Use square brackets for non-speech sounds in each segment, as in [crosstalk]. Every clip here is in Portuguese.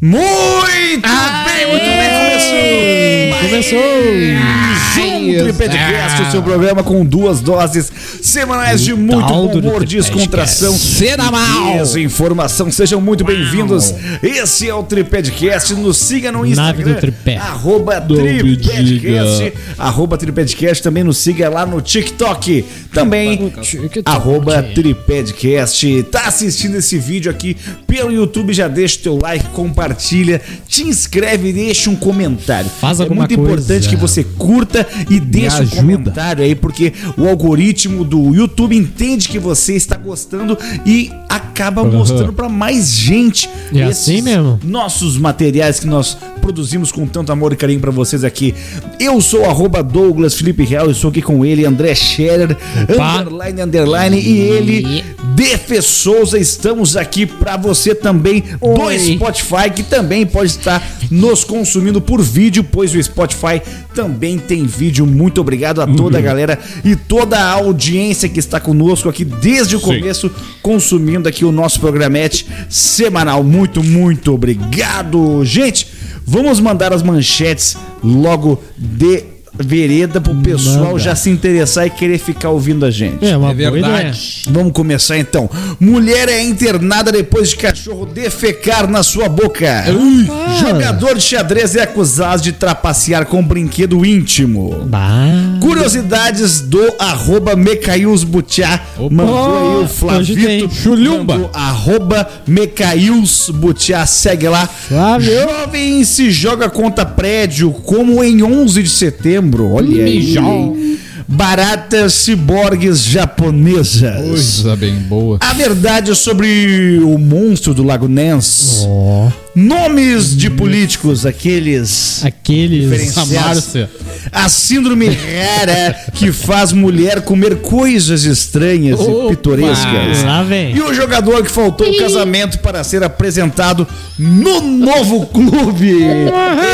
Muito bem, muito bem, começou! Começou! Junto Tripedcast, o seu programa com duas doses semanais de muito Tal bom do humor, Tripedcast. descontração, Cena mal. desinformação. Sejam muito bem-vindos. Esse é o Tripedcast. Nos siga no Instagram, do tripé. arroba Não me diga. Tripedcast, arroba Tripedcast. Também nos siga lá no TikTok. Também TikTok. arroba Tripedcast. Tá assistindo esse vídeo aqui pelo YouTube, já deixa o teu like, compartilha, te inscreve e deixa um comentário. Faz é alguma muito coisa. importante que você curta e deixa um ajuda. comentário aí, porque o algoritmo do YouTube entende que você está gostando e acaba Uhum. mostrando pra mais gente É assim mesmo. nossos materiais que nós produzimos com tanto amor e carinho pra vocês aqui. Eu sou o arroba Douglas Felipe Real, eu sou aqui com ele, André Scherer, Opa. underline, underline, e ele, Defe Souza. Estamos aqui pra você também do Oi. Spotify, que também pode estar nos consumindo por vídeo, pois o Spotify também tem vídeo. Muito obrigado a toda Uhum. a galera e toda a audiência que está conosco aqui desde o começo, consumindo aqui o nosso programete semanal. Muito, muito obrigado, gente. Vamos mandar as manchetes logo de vereda pro pessoal Manda. já se interessar e querer ficar ouvindo a gente. É uma boa É ideia. verdade. Vamos começar então. Mulher é internada depois de cachorro defecar na sua boca. Jogador de xadrez é acusado de trapacear com brinquedo íntimo. Bah. Curiosidades do arroba Mecaius Butiá. Mandou aí o ajudei. Flavito. Chulumba. Mandou Arroba Mecaius Butiá. Segue lá. Flávio. Jovem se joga contra prédio como em 11 de setembro. Olha aí. Mijão. Baratas ciborgues japonesas. Coisa bem boa. A verdade sobre o monstro do Lago Ness. Ó. Nomes de políticos, aqueles. Aqueles. Diferenciados. A Márcia. A síndrome rara que faz mulher comer coisas estranhas e Opa! pitorescas. Lá vem. E o jogador que faltou o casamento para ser apresentado no novo clube.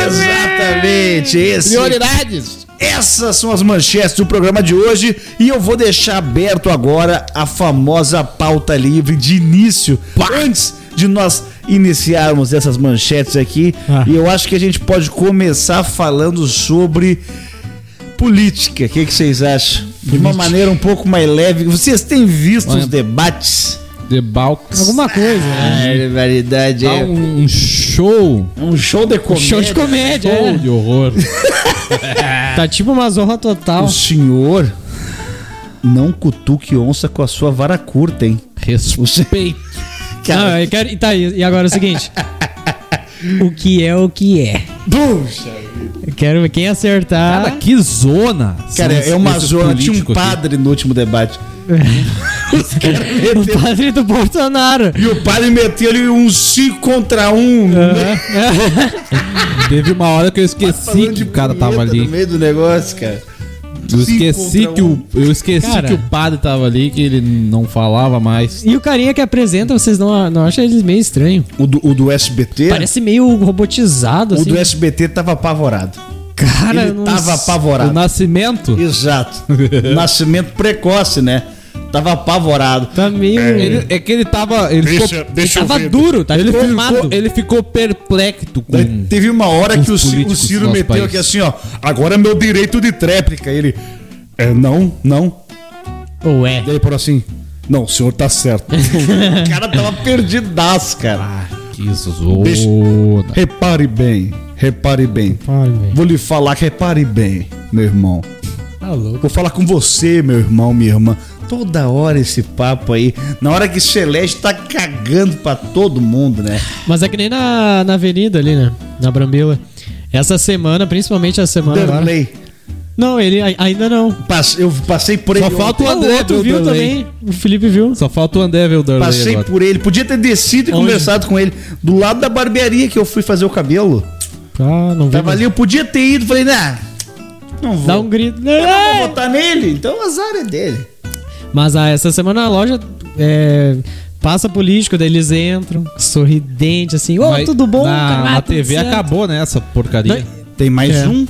Exatamente. Esse Prioridades. essas são as manchetes do programa de hoje e eu vou deixar aberto agora a famosa pauta livre de início. Antes de nós iniciarmos essas manchetes aqui, Ah. e eu acho que a gente pode começar falando sobre política. O que, que vocês acham? De uma maneira um pouco mais leve. Vocês têm visto os debates? The Balks. Alguma coisa, Ah, né? Barbaridade. Dá É um, um show. um show de comédia. Show de comédia. Show é. de horror. Tá tipo uma zorra total. O Um senhor não cutuque onça com a sua vara curta, hein? Respeito. Não, eu quero. E tá aí. E agora é [laughs] o seguinte. O que é o que é? Puxa! Eu quero ver quem acertar. Cara, que zona. Cara, São é uma esses zona. Tinha um políticos aqui. padre no último debate. [laughs] Os caras O meteram- padre do Bolsonaro. E o padre meteu ele um 5 contra 1. Um, Teve uma hora que eu esqueci Tá falando que de o cara punheta né? tava No ali. meio do negócio, cara. Eu Cinco esqueci contra que o um. eu esqueci Cara. que o padre tava ali, que ele não falava mais. E o carinha que apresenta, vocês não, não acham eles meio estranho? O do, o do SBT. Parece meio robotizado, É. o assim. do SBT tava apavorado. Cara, ele não tava s- O apavorado. nascimento, [laughs] Exato. Nascimento precoce, né? Tava apavorado. Tá meio. ele- é que ele tava, ele ficou, Ele tava duro, tá ele formado. ficou, ele ficou perplexo com Daí teve uma hora que o, Ci- o políticos do Ciro nosso meteu país. aqui assim, ó. Agora é meu direito de tréplica. Ele. É, não, não. Ou é? E aí, por assim. Não, o senhor tá certo. o cara tava perdidaço, cara. que zona. Deixa- Repare bem, repare bem. Vou lhe falar que repare bem, meu irmão. Tá louco. Vou falar com você, meu irmão, minha irmã. Toda hora esse papo aí. Na hora que Celeste tá cagando pra todo mundo, né? Mas é que nem na, na avenida ali, né? Na Brambila. Essa semana, principalmente a semana agora. Derlei. Não, ele ai- ainda não. Pass- Eu passei por ele. Só falta ontem. o André, outro meu viu Darley. também. O Felipe viu. Só falta o André ver o Darley Passei agora. por ele. Podia ter descido e Onde? conversado com ele. Do lado da barbearia que eu fui fazer o cabelo. Ah, não viu. Tava ali, eu podia ter ido. Falei, nah, não vou. Dá um grito. Não vou votar nele. Então o azar é dele. Mas ah, essa semana a loja é, passa político, daí eles entram, sorridente, assim, ô, Mas tudo bom? Na, cara? na Ah, tudo TV certo." acabou, né? Essa porcaria. Tem mais É. um?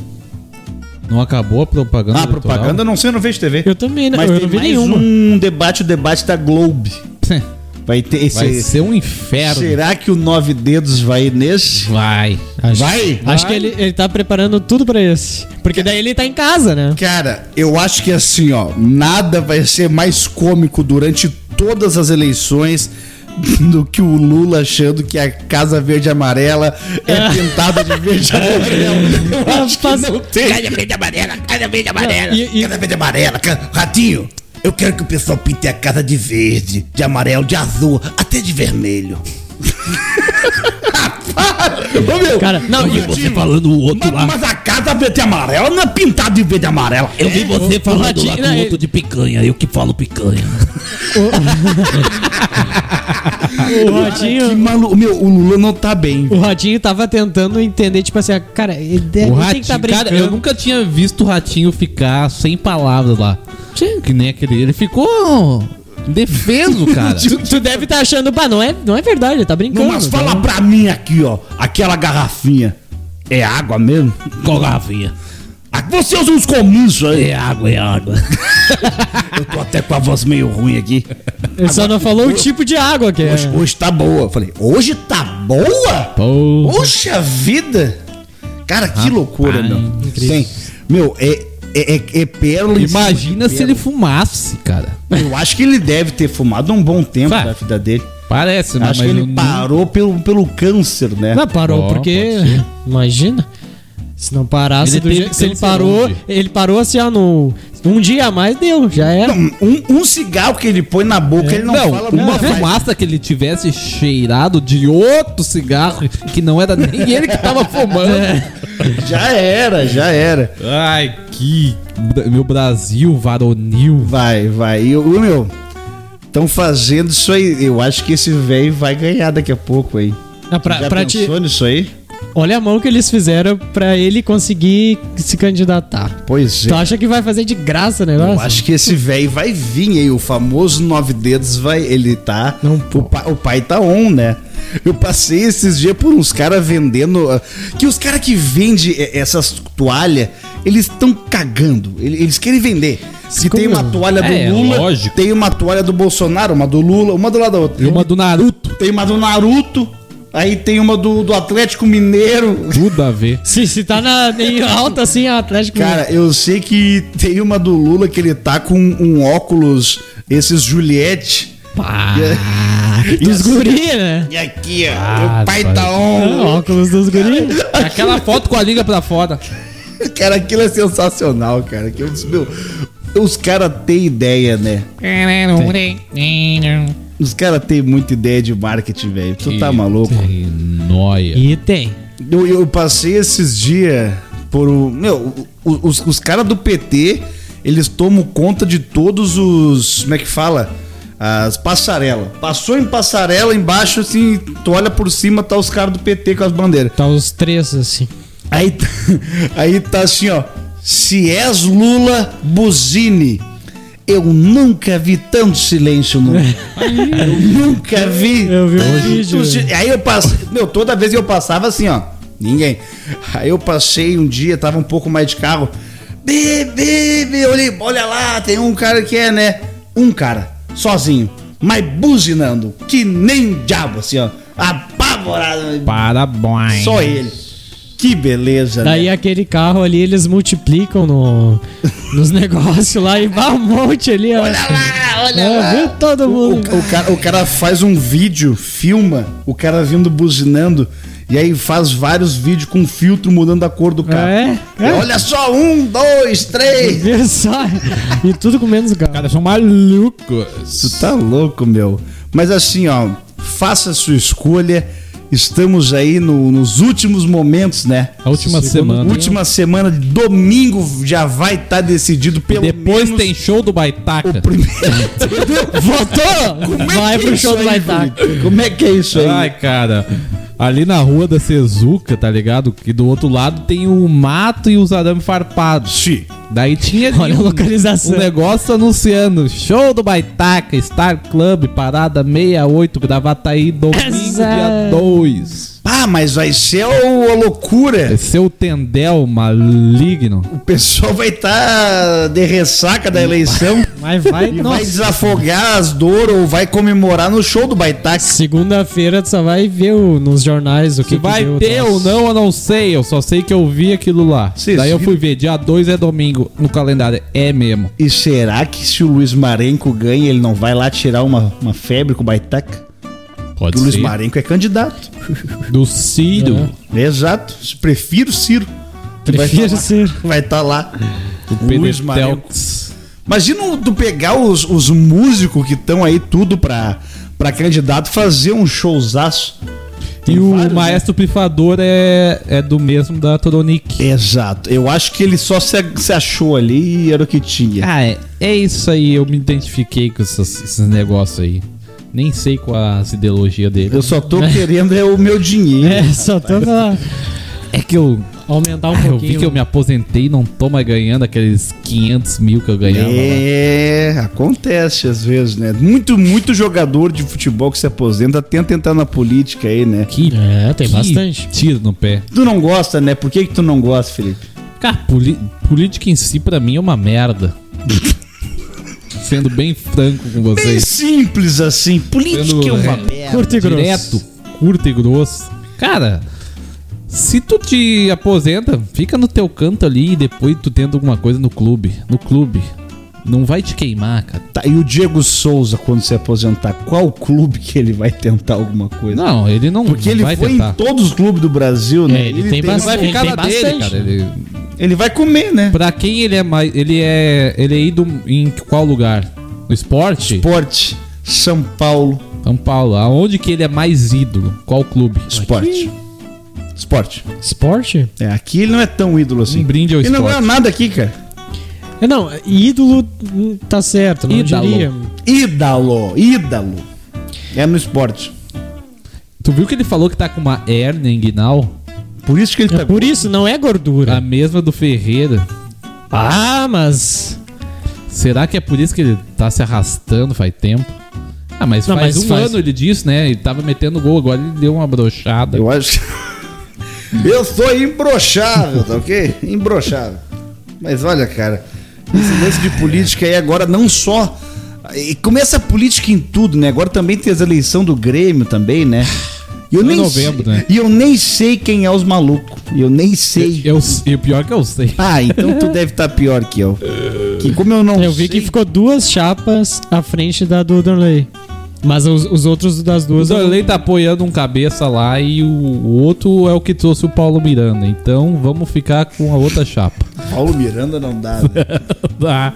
Não acabou a propaganda. Ah, eleitoral? propaganda eu não sei, eu não vejo TV. Eu também, né? Mas um. eu tem não vi mais nenhuma. um debate, o debate da Globe. Vai ter esse. [laughs] Vai ser um inferno. Será que o Nove Dedos vai nesse? Vai. Acho, Vai? Acho Vai? que ele, ele tá preparando tudo pra esse. Porque daí ele tá em casa, né? Cara, eu acho que assim, ó, nada vai ser mais cômico durante todas as eleições [laughs] do que o Lula achando que a Casa Verde e Amarela é pintada de verde e [laughs] amarelo. Eu acho que Faz- não tem. Casa Verde e Amarela, Casa Verde e Amarela, e- e- Casa Verde e Amarela, ca- Ratinho. Eu quero que o pessoal pinte a casa de verde, de amarelo, de azul, até de vermelho. Ô, meu, Cara, não, e Ratinho, falando o mas, mas a casa verde e amarela não é pintada de verde e amarela. Eu vi você o- o falando lá Ratinho, um com né, o outro ele- de picanha, eu que falo picanha. o Que Ratinho. malu... Meu, o Lula não tá bem. O Ratinho tava tentando entender, tipo assim, ah, cara, ele deve ele O ratinho, tem que tá brincando. cara, eu nunca tinha visto o ratinho ficar sem palavras lá. Que tá nem aquele. Ele ficou defeso, cara. Tu, tu deve estar achando, bah, não é, não é verdade, ele tá Não, brincando. mas tá fala bom? pra mim aqui, ó. Aquela garrafinha. É água mesmo? Qual garrafinha? Ah, Você usa uns comichos aí. É água, é água. [laughs] Eu tô até com a voz meio ruim aqui. Ele só não falou o tipo de água que é. Hoje, hoje tá boa. Eu Falei, hoje tá boa? Pô. Poxa vida! Cara, que loucura, meu. Tem. Meu, é, é, é, é pérola em cima de Imagina se ele fumasse, cara. pérola. Eu acho que ele deve ter fumado um bom tempo Vai. da vida dele. Parece, né? Acho que Mas ele eu não- parou pelo, pelo câncer, né? Não, parou, Ó, porque. pode ser. Imagina. Se não parasse Ele do teve jeito. Se ele câncer parou. onde? Ele parou assim, ó, no. Um dia a mais deu, já era. Um, um cigarro que ele põe na boca, ele não, Não, fala uma [laughs] nada mais. fumaça que ele tivesse cheirado de outro cigarro que não era nem ele que tava fumando. Já era, já era. Ai, que. Meu Brasil varonil. Vai, vai. E o meu, estão fazendo isso aí. Eu acho que esse velho vai ganhar daqui a pouco aí. Ah, pra- Já pra te- pensou nisso aí? Olha a mão que eles fizeram pra ele conseguir se Ah, candidatar. Pois é. Então, Tu acha que vai fazer de graça o Eu Uhum. negócio? acho que esse velho vai vir aí, o famoso nove dedos vai, ele tá, Não o, pa- o pai tá on, né? Eu passei esses dias por uns caras vendendo, ah, que os caras que vendem essas toalhas, eles estão cagando, ele- eles querem vender. Se Como tem uma não? toalha do É, Lula, lógico. tem uma toalha do Bolsonaro, uma do Lula, uma do lado da outra. E uma do Naruto. Tem uma do Naruto, aí tem uma do, do Atlético Mineiro. Tudo a ver. Se, se tá na, em alta assim, a Atlético. Cara, eu sei que tem uma do Lula que ele tá com um óculos, esses Juliette. Pá. dos Isso. guri, né? Ah, E aqui, ó, Ah, o pai vai. tá on. Óculos dos guri. Aquela foto com a língua pra fora. [laughs] Cara, aquilo é sensacional, cara. é Que eu disse, meu, os caras têm ideia, né? Os caras têm muita ideia de marketing, velho. Tu tá maluco? Que noia. E tem. Eu, eu passei esses dias por. um- Meu, o- os, os caras do PT, eles tomam conta de todos os. Como é que fala? As passarelas. Passou em passarela embaixo, assim, tu olha por cima, tá os caras do PT com as bandeiras. Tá os três assim. Aí, tá- [laughs] aí tá assim, ó. Se és Lula, buzine. Eu nunca vi tanto silêncio no [laughs] mundo. Eu nunca vi. Eu vi um tanto vídeo. si- Aí eu passei. Meu, toda vez eu passava assim, ó. Ninguém. Aí eu passei um dia, tava um pouco mais de carro. Bebê, bebê, olha, olha lá, tem um cara que é, né? Um cara, sozinho, mas buzinando, que nem diabo, assim, ó. Apavorado. Parabéns. Só ele. Que beleza, Daí né? aquele carro ali, eles multiplicam no, nos negócios lá e vai um monte ali, ó. Olha lá, olha lá. Viu é todo O, mundo. o cara, o cara faz um vídeo, filma, o cara vindo buzinando, e aí faz vários vídeos com filtro mudando a cor do carro. É? É. Olha só, um, dois, três. Viu só? E tudo com menos carro. Cara, são malucos. Tu tá louco, meu. Mas assim, ó, faça a sua escolha. Estamos aí no- nos últimos momentos, né? A última semana. Última semana, domingo já vai estar decidido pelo Depois menos tem show do Baitaca. o primeiro. [laughs] Voltou? Como é Vai que é pro isso show do aí, Baitaca. Felipe? Como é que é isso aí? Ai, cara. Ali na rua da Sezuca, tá ligado? Que do outro lado tem o mato e os arame farpados. Sim. Daí tinha ali Olha a um, localização. um negócio anunciando show do Baitaca, Star Club, parada 68, Gravataí, domingo, dia Exato. 2. Ah, mas vai ser o- a loucura. Esse é o Tendel maligno. O pessoal vai estar de ressaca da eleição Mas vai, e nossa. vai desafogar as dores ou vai comemorar no show do Baitax. Tá. Segunda-feira tu só vai ver o- nos jornais o que, Se que vai deu, ter nossa. ou não, eu não sei. Eu só sei que eu vi aquilo lá. Vocês Daí eu viram? fui ver. Dia 2 é domingo no calendário. É mesmo. E será que se o Luiz Marenco ganha, ele não vai lá tirar uma, uma febre com o Baitaca? Pode Porque o Luiz Marenco é candidato. Do Ciro. É. Exato. Prefiro Ciro. que vai tá Prefiro lá. ser. Vai estar lá. Luiz Marenco. Pedetelks. Imagina o- tu pegar os, os músicos que estão aí tudo pra, pra candidato fazer um showzaço. E o vários, né? Maestro Pifador é, é do mesmo da Toronic. Exato. Eu acho que ele só se, se achou ali e era o que tinha. Ah, é, é isso aí. Eu me identifiquei com essas- esses negócios aí. Nem sei qual as ideologias dele. Eu só tô querendo é o meu dinheiro. [laughs] É, só tô pra É que eu, [laughs] aumentar um ah, pouquinho. [laughs] eu vi que eu me aposentei e não tô mais ganhando aqueles 500 mil que eu ganhava. lá. É, acontece às vezes, né? Muito, muito jogador de futebol que se aposenta tenta entrar na política aí, né? Que, É, tem que bastante. Tiro no pé. Tu não gosta, né? Por que, que tu não gosta, Felipe? Cara, poli- política em si pra mim é uma merda. [laughs] Sendo bem franco com Bem vocês. simples assim. Política é uma merda. Curto e grosso. Direto, curto e grosso. Cara, se tu te aposenta, fica no teu canto ali e depois tu tenta alguma coisa no clube. No clube. Não vai te queimar, cara. Tá, e o Diego Souza, quando se aposentar, qual clube que ele vai tentar alguma coisa? Não, ele não Porque não ele vai foi em tentar. todos os clubes do Brasil, né? É, ele tem Ele vai Ele ficar tem na dele, bastante, cara. né? Ele- ele vai comer, né? Pra quem ele é mais. Ele é. Ele é ido em qual lugar? No esporte? Esporte, São Paulo, São Paulo. Aonde que ele é mais ídolo? Qual clube? esporte. Esporte. Esporte? É, aqui ele não é tão ídolo assim. Um brinde ao ele não esporte. ganha nada aqui, cara. É, não, ídolo hum, tá certo, não Ídalo. diria. Ídalo, ídalo. É no esporte. Tu viu que ele falou que tá com uma hérnia inguinal? Por isso que ele É tá. por isso, não é A gordura. mesma do Ferreira. Ah, mas. Será que é por isso que ele tá se arrastando faz tempo? Ah, mas Não, faz mas um faz- ano ele disse, né? Ele tava metendo gol, agora ele deu uma brochada. Eu acho. [laughs] Eu sou imbrochável, tá ok? Imbrochável. Mas olha, cara, esse lance de política aí agora não só. E começa a política em tudo, né? Agora também tem as eleições do Grêmio também, né? E eu Em nem novembro, sei, né? E eu nem sei quem é os malucos. E Eu nem sei. Eu, e o pior é que [laughs] eu sei. Ah, então tu deve estar pior que eu. Que como eu não Eu vi que sei- ficou duas chapas à frente da do Dorley. Mas os, os outros das O duas. Dorley tá apoiando um cabeça lá e o, o outro é o que trouxe o Paulo Miranda. Então vamos ficar com a outra chapa. Paulo Miranda não dá. né? [laughs]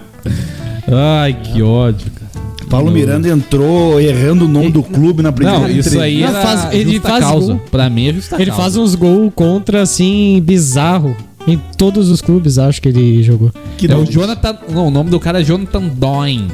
Ai, que ódio, cara. Paulo Miranda entrou errando o nome do clube na primeira Não, isso entrevista. aí Não, era faz- ele justa faz causa. gol. Pra mim é justa Ele causa. faz uns gols contra, assim, bizarro. Em todos os clubes, acho que ele jogou. Que É não- o Jonathan. Não, o nome do cara é Jonathan Doin.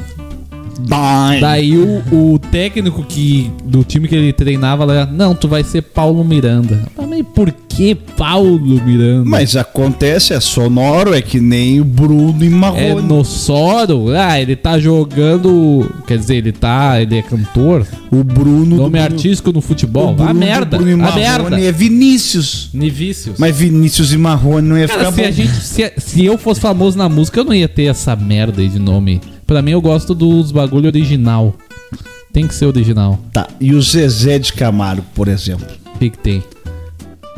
Dai. Daí o, o técnico que, do time que ele treinava lá, não, tu vai ser Paulo Miranda. Eu falei, por que Paulo Miranda? Mas acontece, é sonoro, é que nem o Bruno e é Marrone. no Soro? Ah, ele tá jogando. Quer dizer, ele tá. Ele é cantor. O Bruno. nome do artístico no Bruno, futebol. o Bruno A do merda. Bruno e A Marrone merda. é Vinícius. Nivícios. Mas Vinícius e Marrone não ia ficar Cara, se, a bom. gente, se, se eu fosse famoso na música, eu não ia ter essa merda aí de nome. Pra mim, eu gosto dos bagulho original. Tem que ser original. Tá, e o Zezé de Camargo, por exemplo. O que, que tem?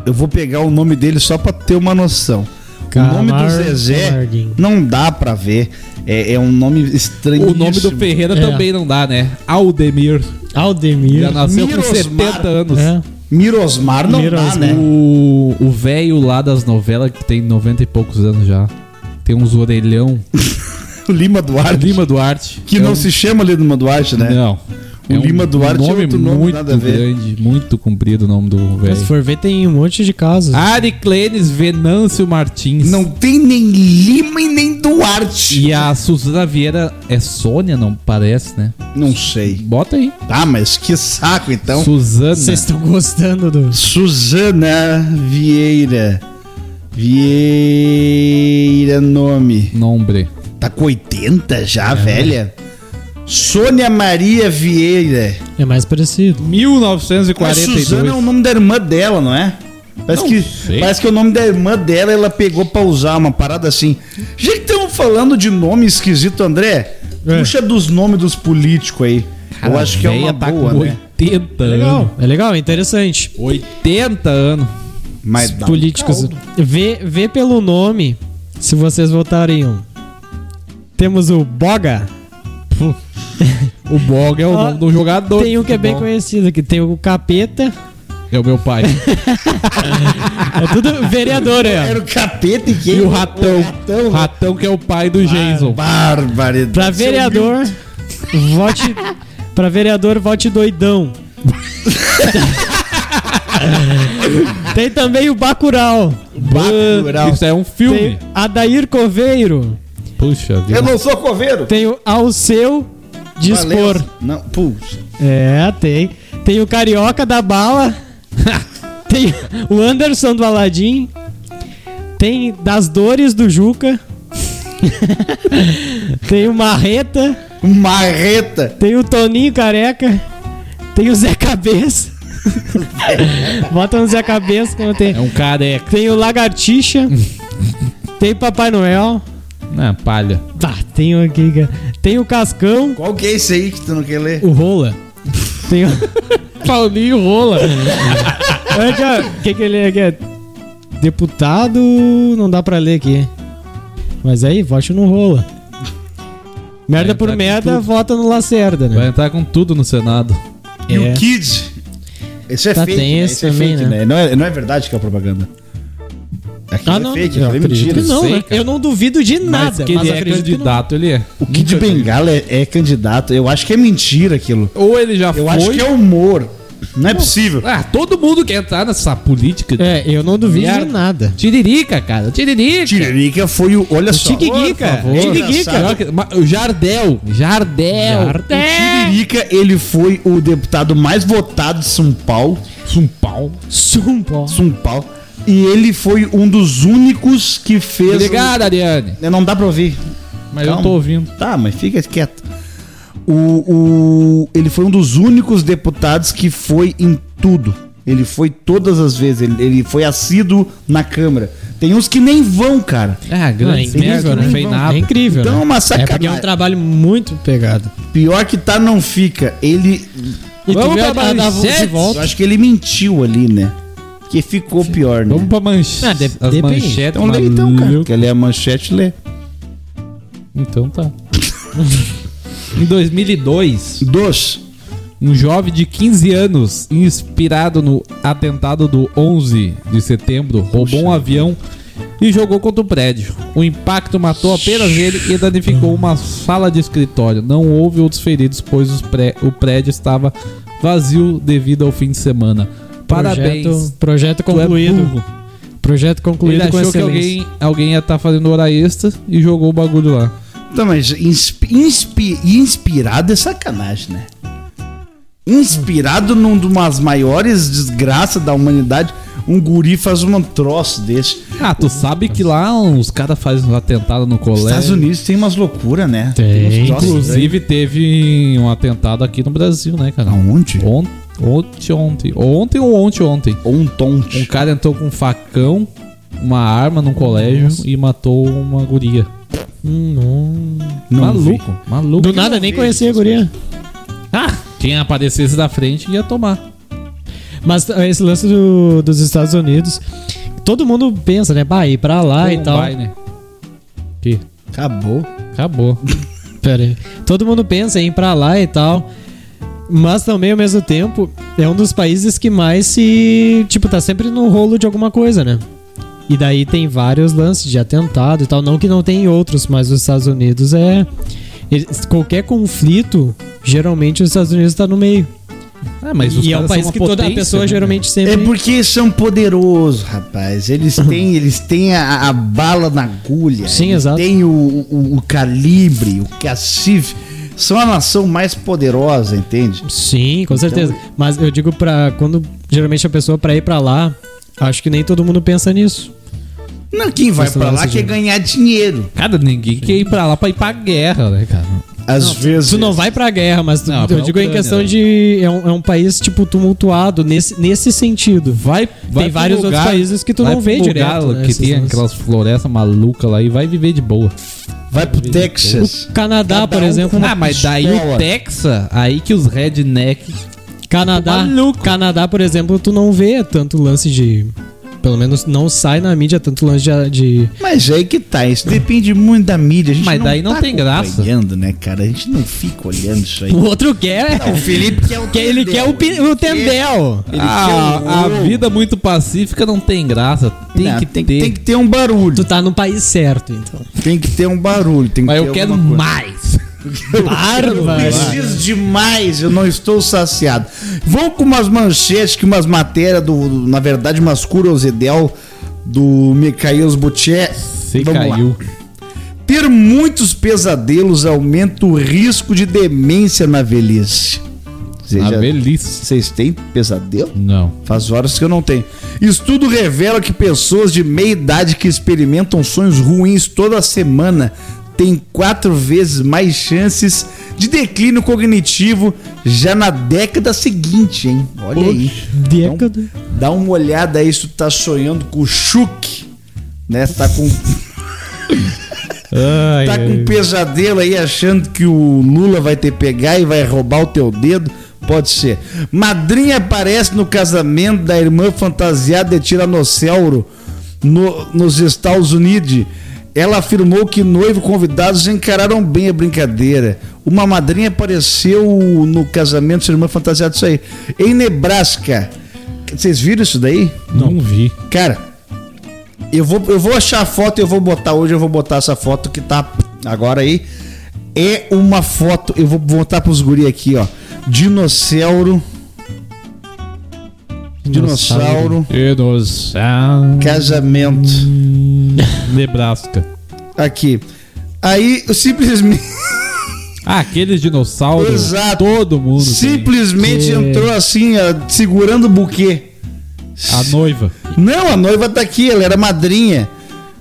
Eu vou pegar o nome dele só pra ter uma noção. o nome do Camargo Zezé Camarguinho. não dá pra ver. É, é um nome estranho. O nome do Ferreira É. também não dá, né? Aldemir. Aldemir. Já nasceu com Mirosmar. 70 anos. É. Mirosmar não dá, Mirosmar. né? O o velho lá das novelas que tem 90 e poucos anos já. Tem uns orelhão. O [laughs] Lima Duarte. Lima Duarte. Que É não um- se chama Lima Duarte, né? Não. um O Lima Duarte é nome outro nome, muito nada a ver. grande, muito comprido o nome do Mas se velho. for ver, tem um monte de casos. Ari Clenes Venâncio Martins. Não tem nem Lima e nem Duarte. E a Suzana Vieira é Sônia, não parece, né? Não sei. Bota aí. Ah, mas que saco então. Suzana. Vocês estão gostando do. Suzana Vieira. Vieira nome. Nombre. Tá com 80 já, velha? Sônia Maria Vieira. É mais parecido. 1942. Mas Suzana é o nome da irmã dela, não é? Parece, Não que, sei. parece que é o nome da irmã dela ela pegou pra usar uma parada assim. Já que estamos falando de nome esquisito, André, puxa dos nomes dos políticos aí. Eu acho que é uma tá boa, com né? 80 anos. Legal. É legal, é interessante. 80 anos. Mas dá um Políticos. caldo. Vê, vê pelo nome se vocês votariam. Temos o Boga. O Bog é o Ó, nome do jogador. Tem um que é bem Bog. conhecido aqui. Tem o Capeta. É o [laughs] meu pai. Ah, É [laughs] tudo vereador, é. né? Era o capeta e quem? E o ratão. ratão. Ratão que é o pai do Jason. Barbaridade. Pra vereador, vote. [laughs] Pra vereador, vote doidão. Tem também o Bacurau. Bacurau. Isso é um filme. Tem Adair Coveiro. Puxa vida. Eu não sou coveiro. Tem o Ao Seu Dispor. Valeu. Não, puxa. É, tem. Tem o Carioca [laughs] da Bala. tem o Anderson do Aladim. Tem Das Dores [laughs] do Juca. tem o Marreta. Marreta. Tem o Toninho Careca. Tem o Zé Cabeça. [laughs] Bota no Zé Cabeça que não tem. É um careca. Tem o Lagartixa. tem Papai Noel. Ah, palha. Tá, tem o aqui, cara. Tem o Cascão. Qual que é esse aí que tu não quer ler? O Rola. Tem o. [laughs] Paulinho rola. Aqui, ó. O que, que ele é aqui? É Deputado. Não dá pra ler aqui. Mas aí, vote no rola. Merda Vai entrar por com merda, É, tudo. vota no Lacerda, Vai né? entrar com tudo no Senado. E É. o Kid. Esse é Tá, fake, tem né? esse também, né? Não, é, não é verdade que é propaganda. Aquilo Ah, não. é fake, eu aquilo é mentira. acredito que não, sei, né? cara. Eu não duvido de Mas nada, que mas ele é acredito que não. candidato, ele é. O Kid Nunca- Bengala é, é candidato. Eu acho que é mentira aquilo. Ou ele já Eu foi. acho que é humor. Não é possível. Ah, todo mundo quer entrar nessa política. É, eu não duvido Merda. de nada. Tiririca, cara. Tiririca. é. Tiririca foi o. Olha só. Tiquiguica. Por favor. Pior que- ma- O Jardel. Jardel. É. O Jardel. Tiririca, ele foi o deputado mais votado de São Paulo. São Paulo? Sumpo. São Paulo. um E ele foi um dos únicos que fez. Obrigado, Ariane. o- Não dá pra ouvir. Mas Calma. eu tô ouvindo. Tá, mas fica quieto. O, o, ele foi um dos únicos deputados que foi em tudo. Ele foi todas as vezes. Ele, ele foi assíduo na Câmara. Tem uns que nem vão, cara. Ah, grande incrível, merda, né? não fez nada. É incrível. Então é né? uma É porque é sacanagem. um trabalho muito pegado. Pior que tá, não fica. Ele. E Vamos tu vê pra a, a, da- Manchete? de Eu volta. acho que ele mentiu ali, né? Que ficou pior, né? Vamos pra manchete. Ah, de- depende. Então lê então, cara. maluco. Quer ler a manchete, lê. Então tá. em 2002, Dos. um jovem de 15 anos, inspirado no atentado do 11 de setembro, roubou um avião e jogou contra o prédio. O impacto matou apenas ele e danificou uma sala de escritório. Não houve outros feridos, pois os pré- o prédio estava vazio devido ao fim de semana. Parabéns. Projeto, projeto tu é concluído. burro. projeto concluído Ele com achou que excelência. alguém, alguém ia estar fazendo hora extra e jogou o bagulho lá. Então, mas inspi inspi- inspirado é sacanagem, né? Inspirado num de umas maiores desgraças da humanidade, um guri faz um troço desse. Ah, tu sabe que lá os caras fazem um atentado no colégio. Estados Unidos tem umas loucuras, né? Tem, uns troços Inclusive teve um atentado aqui no Brasil, né, cara? aí. Aonde? On- Ontem, ontem. Ontem ou ontem, ontem. Um Um tonte. cara entrou com um facão, uma arma num colégio e matou uma guria. Hum, não. Não maluco, maluco. Do nada, nem conhecia a guria. Ah, quem aparecesse da frente ia tomar. Mas ah, esse lance do- dos Estados Unidos, todo mundo pensa, né? Bah, ir pra lá e Não tal. vai, né? Que? Acabou. Acabou. Pera aí. Todo mundo pensa em ir pra lá e tal. Mas também, ao mesmo tempo, é um dos países que mais se. Tipo, tá sempre no rolo de alguma coisa, né? E daí tem vários lances de atentado e tal. Não que não tem outros, mas os Estados Unidos é. eles- qualquer conflito, geralmente os Estados Unidos tá no meio. Ah, mas os e é um caras país são uma que toda a potência, pessoa né, geralmente sempre. É porque são poderosos, rapaz. [laughs] Eles têm, eles têm a, a bala na agulha. Sim, eles exato. Têm o, o- o calibre, o cacife. São a nação mais poderosa, entende? Sim, Então- com certeza. Mas eu digo pra. Quando geralmente a pessoa pra ir pra lá, acho que nem todo mundo pensa nisso. Não, quem vai pra lá quer ganhar dinheiro. Cara, ninguém quer ir pra lá pra ir pra guerra, né, cara? Às vezes. Tu não vai pra guerra, mas tu- Não, pra eu digo em Ucrânia, questão né? de. É um, é um país, tipo, tumultuado nesse, nesse sentido. Vai, vai Tem pra um vários outros países que tu vai não pra vê um lugar direto, né, que esses tem lances. aquelas florestas malucas lá e vai viver de boa. Vai pro Texas. O Canadá, por [laughs] exemplo. ah, mas daí pistola. o Texas, aí que os redneck. [laughs] Canadá, Maluco. Canadá, por exemplo, tu não vê tanto lance de. Pelo menos não sai na mídia tanto lance de. de- Mas aí que tá, isso depende muito da mídia. A gente Mas daí não tá tem graça. acompanhando, né, cara? A gente não fica olhando isso aí. O outro quer. O Felipe quer o quer- ele quer o, pi- o tendel. Ah, a vida muito pacífica não tem graça. Tem um Não, que tem, ter. tem que ter um barulho. Tu tá no país certo, então. Tem que ter um barulho. Tem que Mas ter eu quero alguma coisa. [laughs] mais. Bárbaro. Preciso demais, eu não estou saciado. Vamos com umas manchetes, que umas matérias do, do- na verdade, umas curiosidades do Mikhail Zbuché. Você caiu. Ter muitos pesadelos aumenta o risco de demência na velhice. Vocês Na já- velhice. Vocês têm pesadelo? Ah, Não. Faz horas que eu não tenho. Estudo revela que pessoas de meia idade que experimentam sonhos ruins toda semana têm quatro vezes mais chances de declínio cognitivo já na década seguinte, hein? Olha aí. Década. Então, dá uma olhada aí se tu tá sonhando com o Chuck, né? Se Tá com, Ai, tá com um pesadelo aí achando que o Lula vai te pegar e vai roubar o teu dedo. Pode ser. Madrinha aparece no casamento da irmã fantasiada de Tiranossauro no- nos Estados Unidos. Ela afirmou que noivo e convidados encararam bem a brincadeira. Uma madrinha apareceu no casamento de sua irmã fantasiada disso aí. Em Nebraska. Vocês viram isso daí? não vi. Cara, eu vou, eu vou achar a foto e eu vou botar hoje, eu vou botar essa foto que tá agora aí. É uma foto, eu vou botar pros guri aqui, ó. Dinossauro. Dinossauro. Dinossauro. Casamento. Nebraska. Aqui. Aí, eu simplesmente. Ah, aqueles dinossauros. Exato. Todo mundo. tem. Simplesmente Que- entrou assim, ó, segurando o buquê. A noiva. Não, a noiva tá aqui, ela era madrinha.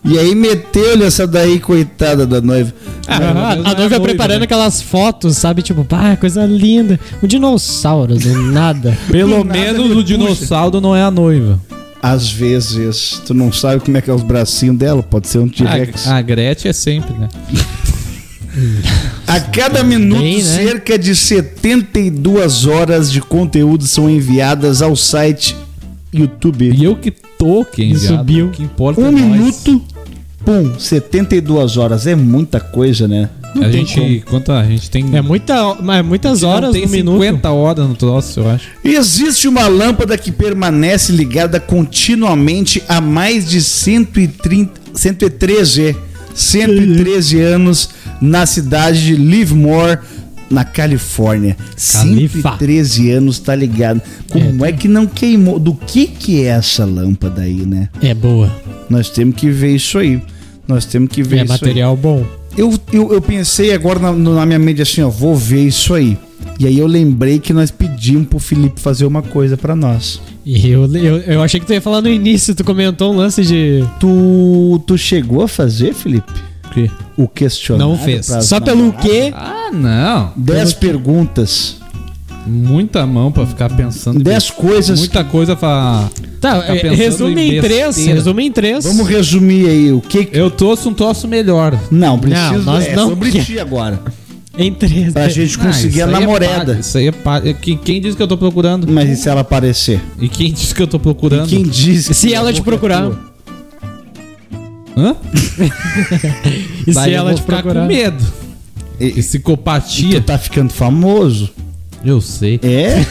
E aí meteu-lhe essa daí, coitada da noiva. Ah, Pelo menos a não é noiva preparando né? aquelas fotos, sabe? Tipo, pá, coisa linda. Um dinossauro, do nada. Pelo Do nada menos ele o puxa. dinossauro não é a noiva. Às vezes, tu não sabe como é que é os bracinhos dela, pode ser um T-Rex. A, a Gretchen é sempre, né? A cada minuto, Bem, né? cerca de 72 horas de conteúdo são enviadas ao site YouTube. E eu que tô, quem E viado, subiu. O que importa é Um nós. minuto, pum, 72 horas. É muita coisa, né? A gente, quanto a gente tem... É, muita, mas é muitas Hum. não horas tem no minuto. 50 horas no troço, eu acho. Existe uma lâmpada que permanece ligada continuamente há mais de 130, 113, 113 anos na cidade de Livermore, na Califórnia. Califa. 113 anos, tá ligado? Como é, que não queimou? Do que que é essa lâmpada aí, né? É boa. Nós temos que ver isso aí. Nós temos que ver É isso aí. material bom. Eu, eu, eu pensei agora na, na minha mente assim, ó, vou ver isso aí. E aí eu lembrei que nós pedimos pro Felipe fazer uma coisa pra nós. E eu, eu, eu achei que tu ia falar no início, tu comentou um lance de. Tu, tu chegou a fazer, Felipe? O questionário? Não fez. pras Só pelo namoradas? quê? Ah, não. Dez perguntas. Muita mão pra ficar pensando. Dez coisas. Muita coisa pra... Tá, Ficar é, pensando resume em em, três. besteira. Resume em três. Vamos resumir aí o que. que- Eu trouxe um troço melhor. Não, preciso. Não, nós é não sobre quer- Ah, ti agora. Em três. Pra gente conseguir isso a aí é namorada. palha, isso aí é palha. Quem, quem disse que eu tô procurando? Mas e se ela aparecer? E quem disse que eu tô E procurando? quem diz que [laughs] Se ela te procurar. Hã? E Daí se eu ela vou te ficar procurar? com medo. E- E psicopatia. Tu tá ficando famoso? Eu sei. É?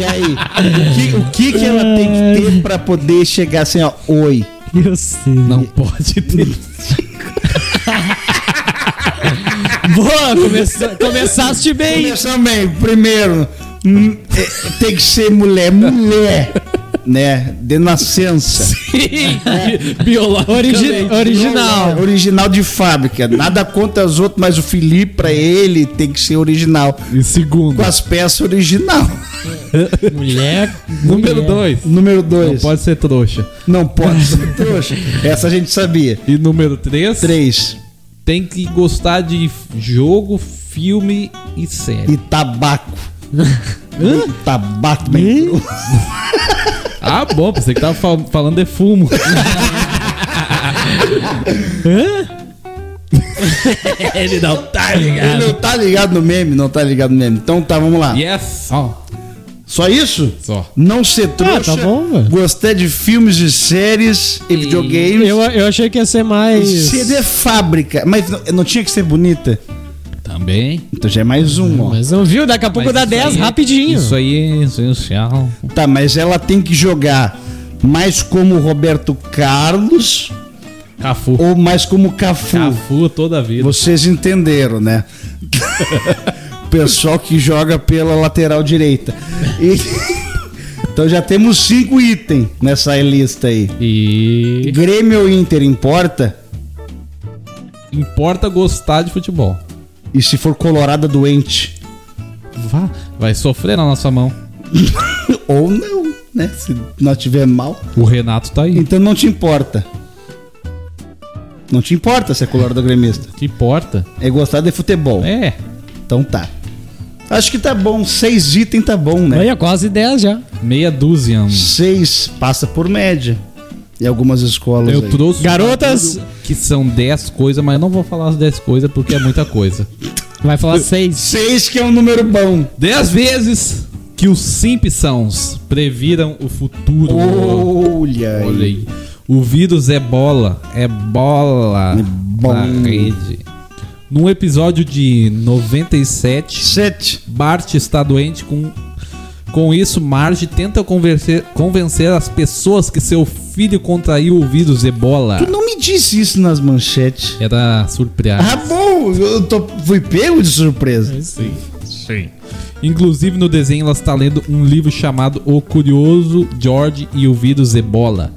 e aí? O que, o que que ela tem que ter pra poder chegar assim, ó? Oi. Eu sei. Não [laughs] pode ter. Boa, começa- começaste bem. [laughs] Começando bem, primeiro, hum, é, tem que ser mulher, mulher, né? De nascença. Biológico. original. Mulher, É Original de fábrica. Nada contra as outras, mas o Felipe, pra ele, tem que ser original. E segundo, Com as peças original. Mulher. Número mulher. 2. Número Não 2. pode ser trouxa. Não pode ser trouxa. Essa a gente sabia. E número 3. 3. Tem que gostar de jogo, filme e série. E tabaco. E tabaco bem cru. Ah, bom, pensei que tava fal- falando [laughs] de fumo. Ah. [laughs] Ele não tá ligado. Ele não tá ligado no meme, não tá ligado no meme. Então tá, vamos lá. yes! Ó, Só isso? só. Não ser trouxa. tá bom, velho. Gostar de filmes e séries e videogames. Eu, eu achei que ia ser mais. Ser de fábrica. Mas não, não tinha que ser bonita? Também. Então já é mais um, ó. Mas não viu? Daqui a pouco Mas dá isso 10 aí- é rapidinho. Isso aí, é isso aí, tchau. Tá, mas ela tem que jogar mais como Roberto Carlos Cafu. ou mais como Cafu? Cafu toda a vida. Vocês entenderam, né? [laughs] Pessoal que joga pela lateral direita. E- [laughs] Então já temos cinco itens nessa lista aí. E Grêmio ou Inter importa? importa gostar de futebol. E se for colorada doente? Vá, vai sofrer na nossa mão. Ou não, né? Se nós tiver mal. O Renato tá aí. Então não te importa. Não te importa ser colorado gremista. Que importa? É gostar de futebol. É. Então tá. Acho que tá bom. Seis itens tá bom, né? Olha, quase 10 já. Meia dúzia. mano. Seis passa por média. E algumas escolas. Eu aí. trouxe Garotas! que são 10 coisas, mas eu não vou falar as 10 coisas porque é muita coisa. Vai falar 6. Seis que é um número bom. 10 vezes que os Simpsons previram o futuro. Oh. Olha aí. Olha aí. O vírus é bola. É bola É bola. na rede. Num episódio de 97, Sete. Bart está doente com. Com isso, Marge tenta convencer, convencer as pessoas que seu filho contraiu o vírus ebola. É Tu não me disse isso nas manchetes. Era surpresa. Ah, bom. Eu tô- fui pego de surpresa. Sim. Sim. Inclusive no desenho ela está lendo um livro chamado O Curioso George e o Vírus Ebola.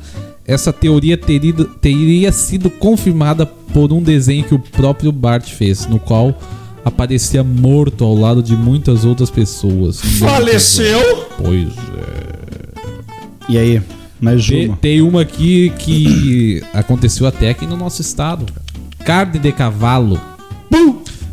Essa teoria teria, teria sido confirmada por um desenho que o próprio Bart fez, no qual aparecia morto ao lado de muitas outras pessoas. é. Faleceu. Pois E aí? Mais Te- uma. Tem uma aqui que [clears throat] aconteceu até aqui no nosso estado. Carne de cavalo.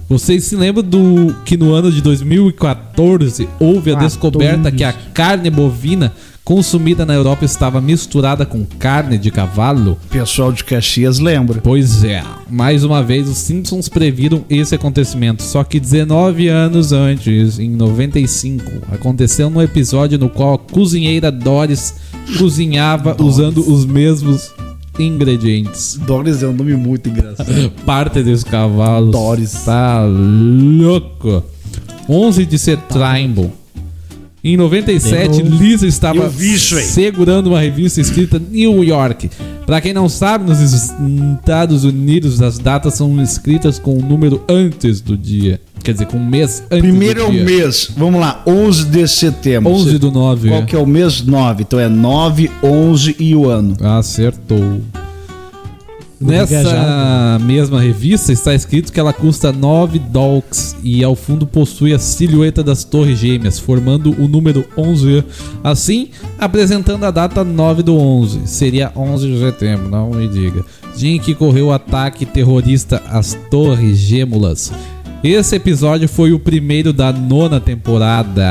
Vocês se lembram do que no ano de 2014 houve a descoberta que a carne bovina consumida na Europa estava misturada com carne de cavalo? Pessoal de Caxias lembra. Pois é, mais uma vez os Simpsons previram esse acontecimento, só que 19 anos antes, em 95, aconteceu num episódio no qual a cozinheira Doris cozinhava usando os mesmos ingredientes. Doris é um nome muito [laughs] engraçado. Parte dos cavalos. Doris. Tá louco. 11 de setembro. Em 97, Lisa estava Eu vi isso aí. segurando uma revista escrita New York. Pra quem não sabe, nos Estados Unidos as datas são escritas com o número antes do dia. Quer dizer, com o mês antes Primeiro é do o dia. mês. Vamos lá. 11 de setembro. 11 do 9. Qual que é o mês? 9. Então é 9, 11 e o ano. Acertou. Nessa Engajado. mesma revista está escrito que ela custa 9 dogs e ao fundo possui a silhueta das Torres Gêmeas, formando o número 11. Assim, apresentando a data 9 do 11. Seria 11 de setembro, não me diga. Dia em que correu o ataque terrorista às Torres Gêmeas. Esse episódio foi o primeiro da nona temporada.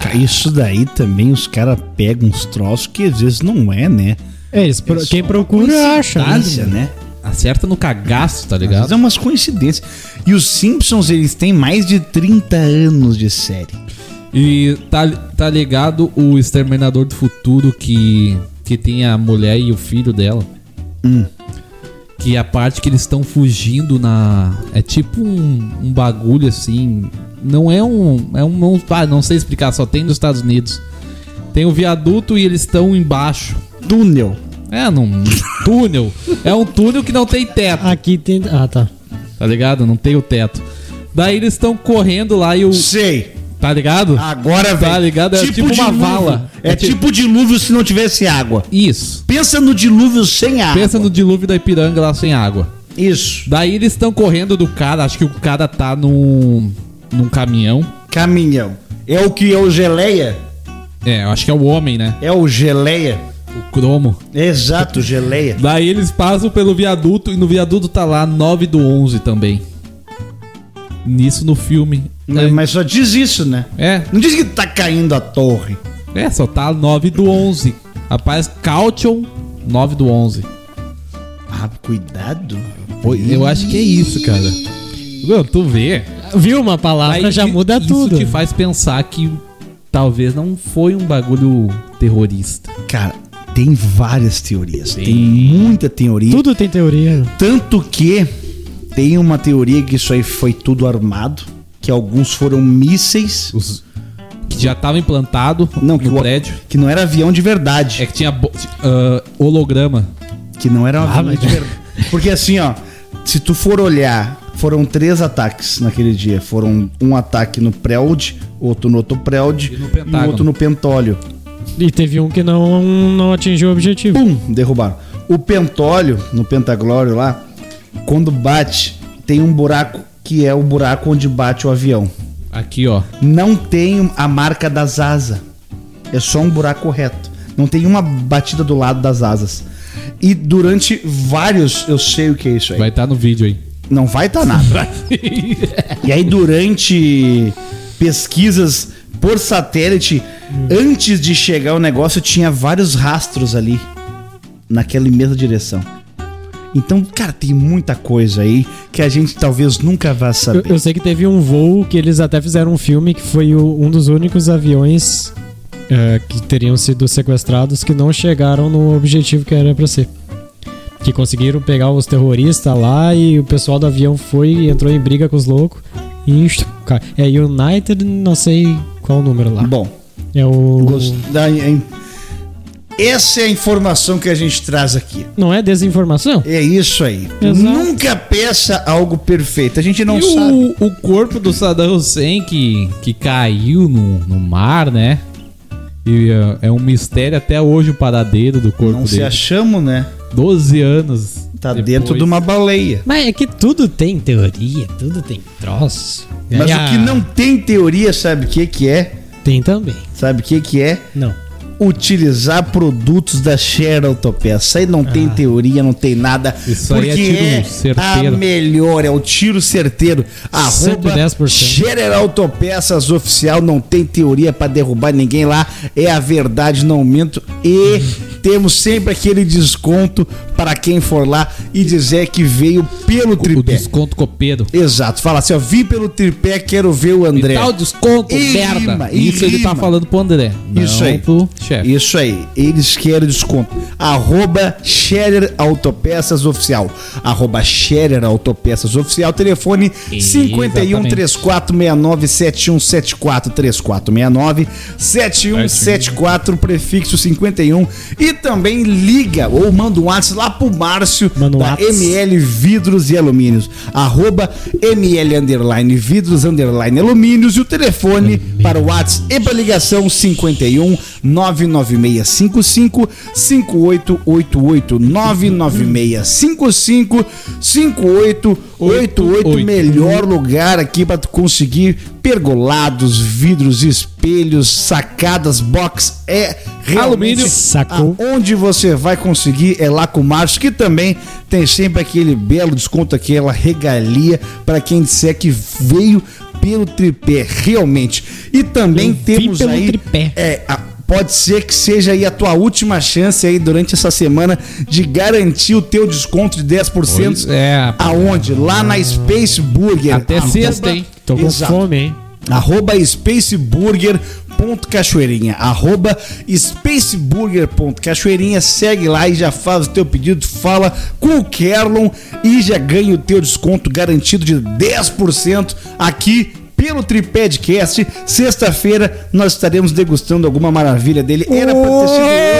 Cara, Isso daí também os caras pegam uns troços que às vezes não é, né? É isso. pro- Quem procura acha. Coincidência, né? Acerta no cagaço, tá Às vezes ligado? é umas coincidências. E os Simpsons, eles têm mais de 30 anos de série. E tá, tá ligado o Exterminador do Futuro que, que tem a mulher e o filho dela? Que a parte que eles estão fugindo na. É tipo um, um bagulho assim. Não é um. É um. Não, ah, não sei explicar, só tem nos Estados Unidos. Tem o viaduto e eles estão embaixo. Túnel. É, num túnel. É um túnel que não tem teto, Aqui tem. Ah, tá. tá ligado? Não tem o teto. Daí eles estão correndo lá e o. Sei. Tá ligado? Agora, velho. Tá ligado? É tipo uma dilúvio. vala. É É ti- tipo dilúvio se não tivesse água. Isso. Pensa no dilúvio sem água. Pensa no dilúvio da Ipiranga lá sem água. Isso. Daí eles estão correndo do cara, acho que o cara tá num, num caminhão. Caminhão. É o que é o geleia? É, eu acho que é o homem, né? É o Geleia. É O cromo. Exato, Geleia. Daí eles passam pelo viaduto e no viaduto tá lá 9 do 11 também. Nisso no filme. Mas, mas só diz isso, né? É, Não diz que tá caindo a torre. é, só tá 9 do 11. Rapaz, Caution 9 do 11. Ah, cuidado. Eu acho que é isso, cara. Meu, tu vê. Viu uma palavra, Aí já que- muda isso tudo. te faz pensar que talvez não foi um bagulho terrorista. Cara, tem várias teorias. Tem, muita teoria. Tudo tem teoria. Tanto que tem uma teoria que isso aí foi tudo armado. Que alguns foram mísseis. Os- que já tava implantado Não, que no o- prédio. Que não era avião de verdade. É que tinha bo- ah, holograma. Que não era um Ah, avião de verdade. [laughs] Porque assim, ó. Se tu for olhar, foram três ataques naquele dia. Foram um ataque no Preld, outro no outro Preld E no e Pentágono. outro no Pentólio. E teve um que não, não atingiu o objetivo. Pum, derrubaram. O Pentólio, no Pentaglório lá, quando bate, tem um buraco que é o buraco onde bate o avião. Aqui, ó. Não tem a marca das asas. É só um buraco reto. Não tem uma batida do lado das asas. E durante vários, eu sei o que é isso aí. Vai estar no vídeo aí. Não vai tá nada. e aí durante pesquisas por satélite, antes de chegar o negócio, tinha vários rastros ali naquela mesma direção. Então, cara, tem muita coisa aí que a gente talvez nunca vá Eu, saber. eu sei que teve um voo que eles até fizeram um filme que foi o- um dos únicos aviões é, que teriam sido sequestrados que não chegaram no objetivo que era pra ser. Que conseguiram pegar os terroristas lá e o pessoal do avião foi e entrou em briga com os loucos. E cai. é United, não sei qual o número lá. Bom, É o. gost- da- em- essa é a informação que a gente traz aqui. Não é desinformação? É isso aí. Exato. Nunca peça algo perfeito. A gente não e sabe. o, o corpo do Saddam Hussein que, que caiu no, no mar, né? E ah, é um mistério até hoje o paradeiro do corpo Não se dele. achamos, né? 12 anos. Tá depois. dentro de uma baleia. Mas é que tudo tem teoria, tudo tem troço. Mas E É. o a- que não tem teoria, sabe o que que é? Tem também. Sabe o que que é? Não. Utilizar produtos da Sheraton Isso aí não tem teoria, não tem nada. Ah. Isso aí é tiro certeiro. a melhor, é o tiro certeiro. Arroba 110%. General Topeças Oficial, não tem teoria pra derrubar ninguém lá. É a verdade, não minto. E Uhum. temos sempre aquele desconto para quem for lá e dizer que veio pelo O tripé. desconto copeiro. Exato, fala assim, ó, vi pelo tripé, quero ver o André. E tal desconto, E merda. rima, e Isso ele tá rima. falando pro André. Isso não aí. pro chefe. Isso aí, eles querem desconto. Arroba Scherer Autopeças Oficial. Arroba Scherer Autopeças Oficial. Telefone 51 3469 7174 3469 7174 prefixo 51 e também liga ou manda um WhatsApp lá pro Márcio Manda um da WhatsApp. ML Vidros e Alumínios. Arroba ML Underline Vidros Underline Alumínios e o telefone para o WhatsApp e para ligação 51 99655 5888 99655 5888 melhor lugar aqui para conseguir pergolados, vidros, espelhos, sacadas, box é realmente Alumínio. Sacou. Onde você vai conseguir é lá com o Márcio, que também tem sempre aquele belo desconto, aquela regalia para quem disser que veio pelo tripé, realmente. E também Eu vi temos pelo aí. tripé. É, a- pode ser que seja aí a tua última chance aí durante essa semana de garantir o teu desconto de 10%. Pois é. Aonde? Lá na Space Burger. Ah, Até Arroba- sexta, hein? Tô com Exato fome, hein? arroba spaceburger.cachoeirinha, arroba spaceburger.cachoeirinha, segue lá e já faz o teu pedido, fala com o Kerlon e já ganha o teu desconto garantido de 10% aqui pelo Tripadcast. Sexta-feira nós estaremos degustando alguma maravilha dele. Era pra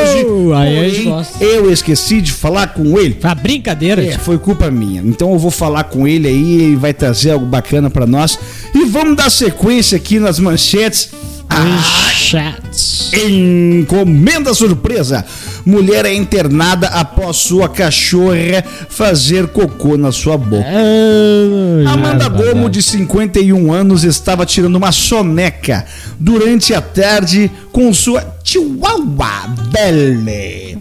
ter sido Uou! hoje, Aí a gente porém, gosta. eu esqueci de falar com ele. Pra brincadeira, tipo, É, tio. foi culpa minha. Então eu vou falar com ele aí, ele vai trazer algo bacana pra nós. E vamos dar sequência aqui nas manchetes. Ah, Chats. encomenda surpresa! Mulher é internada após sua cachorra fazer cocô na sua Ah, boca. É, Amanda um Gomo, de 51 anos, estava tirando uma soneca. Durante a tarde, com sua Chihuahua Belle.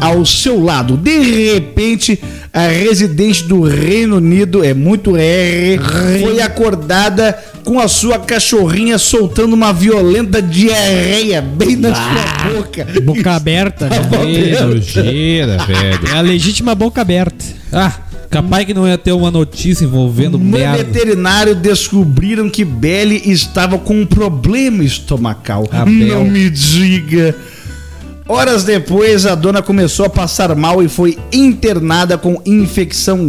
Ao seu lado, de repente, a residente do Reino Unido, é muito R, foi acordada com a sua cachorrinha soltando uma violenta diarreia bem na sua boca. Boca aberta. Que né? nojeira, velho. É a legítima boca aberta. Ah, capaz que não ia ter uma notícia envolvendo No merda. veterinário descobriram que Belle estava com um problema estomacal. A Não Belle. me diga. Horas depois, a dona começou a passar mal e foi internada com infecção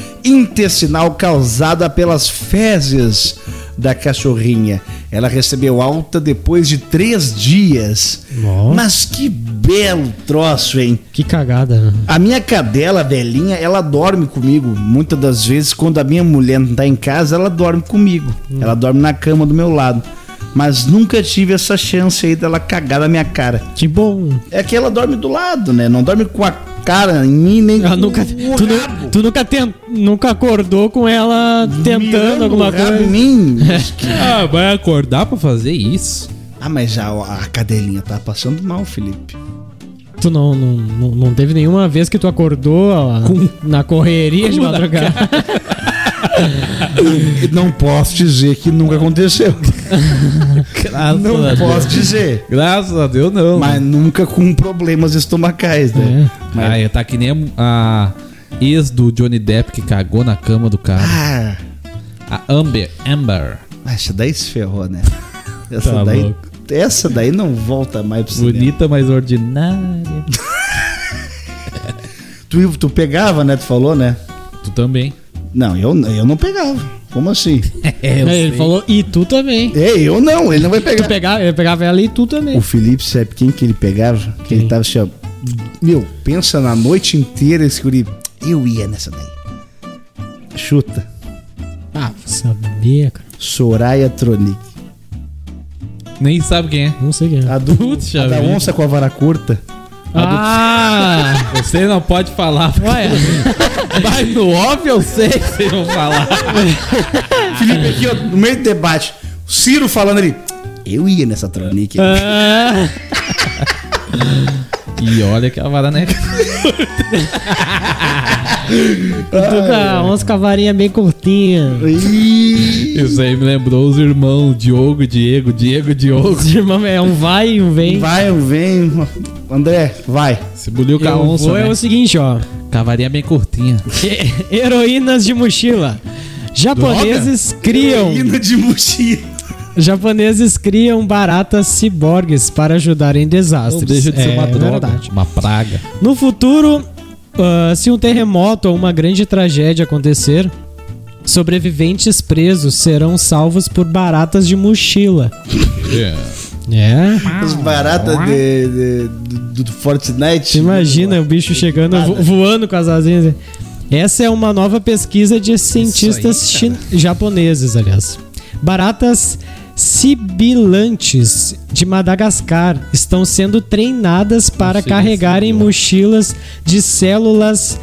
gastrointestinal causada pelas fezes da cachorrinha. Ela recebeu alta depois de três dias. Nossa. Mas que belo troço, hein? Que cagada. né? A minha cadela, a velhinha, ela dorme comigo. Muitas das vezes, quando a minha mulher não tá em casa, ela dorme comigo. Ela dorme na cama do meu lado. Mas nunca tive essa chance aí dela cagar na minha cara. Que bom. É que ela dorme do lado, né? Não dorme com a cara em mim, nem Ela com nunca, o tu, nu- rabo. tu nunca, ten- nunca acordou com ela Mirando tentando o alguma rabo coisa. em mim. [laughs] Ah, vai acordar pra fazer isso? ah, mas a, a cadelinha tá passando mal, Felipe. Tu não, não, não, não teve nenhuma vez que tu acordou ó, na correria de madrugada. [laughs] Não posso dizer que nunca aconteceu. Ah, Graças a Não Deus. posso dizer. Graças a Deus, não. Mas nunca com problemas estomacais, né? Mas- Ah, tá que nem a ex do Johnny Depp que cagou na cama do É. cara. Ah, A Amber. Amber. essa daí se ferrou, né? Essa, Tá daí, louco. essa daí não volta mais pro cinema. Bonita, mas ordinária. Tu, tu pegava, né? Tu falou, né? Tu também. Não, eu, eu não pegava. Como assim? É, Aí Né, ele falou, e tu também. Ei, eu não, ele não vai Tu pegar. pegava, ele pegava ela e tu também. O Felipe, sabe quem que ele pegava? Que ele tava assim, ó. Meu, pensa na noite inteira esse guri. Eu ia nessa daí. Chuta. Ah, sabia, cara. Soraya Tronic. Nem sabe quem é. Não sei quem é. A do, Puxa a da vida. onça com a vara curta. Ah! Você não pode falar. [laughs] Ué, Vai no off, eu sei que vocês vão falar. Felipe aqui, ó, no meio do debate. O Ciro falando ali. Eu ia nessa Tronic. ah, E olha que a vara né? tu com a onça com a varinha bem curtinha. Ih. Isso aí me lembrou os irmãos Diogo, Diego, Diego, Diogo. Os irmãos é um vai e um vem. Vai, vem. André, vai. Se buliu com a Eu onça, vou né? é o seguinte, ó. [laughs] Cavarinha bem curtinha. He- Heroínas de mochila. Japoneses criam. Menina de mochila. Japoneses criam baratas ciborgues para ajudar em desastres. Não deixa de ser É uma droga. verdade. Uma praga. No futuro, ah, se um terremoto ou uma grande tragédia acontecer, sobreviventes presos serão salvos por baratas de mochila. É? As baratas de, de- do, do Fortnite. Tu imagina o bicho chegando, vo- voando com as asinhas. Essa é uma nova pesquisa de cientistas aí, chin- japoneses, aliás. Baratas sibilantes de Madagascar estão sendo treinadas para sei é. carregarem mochilas de células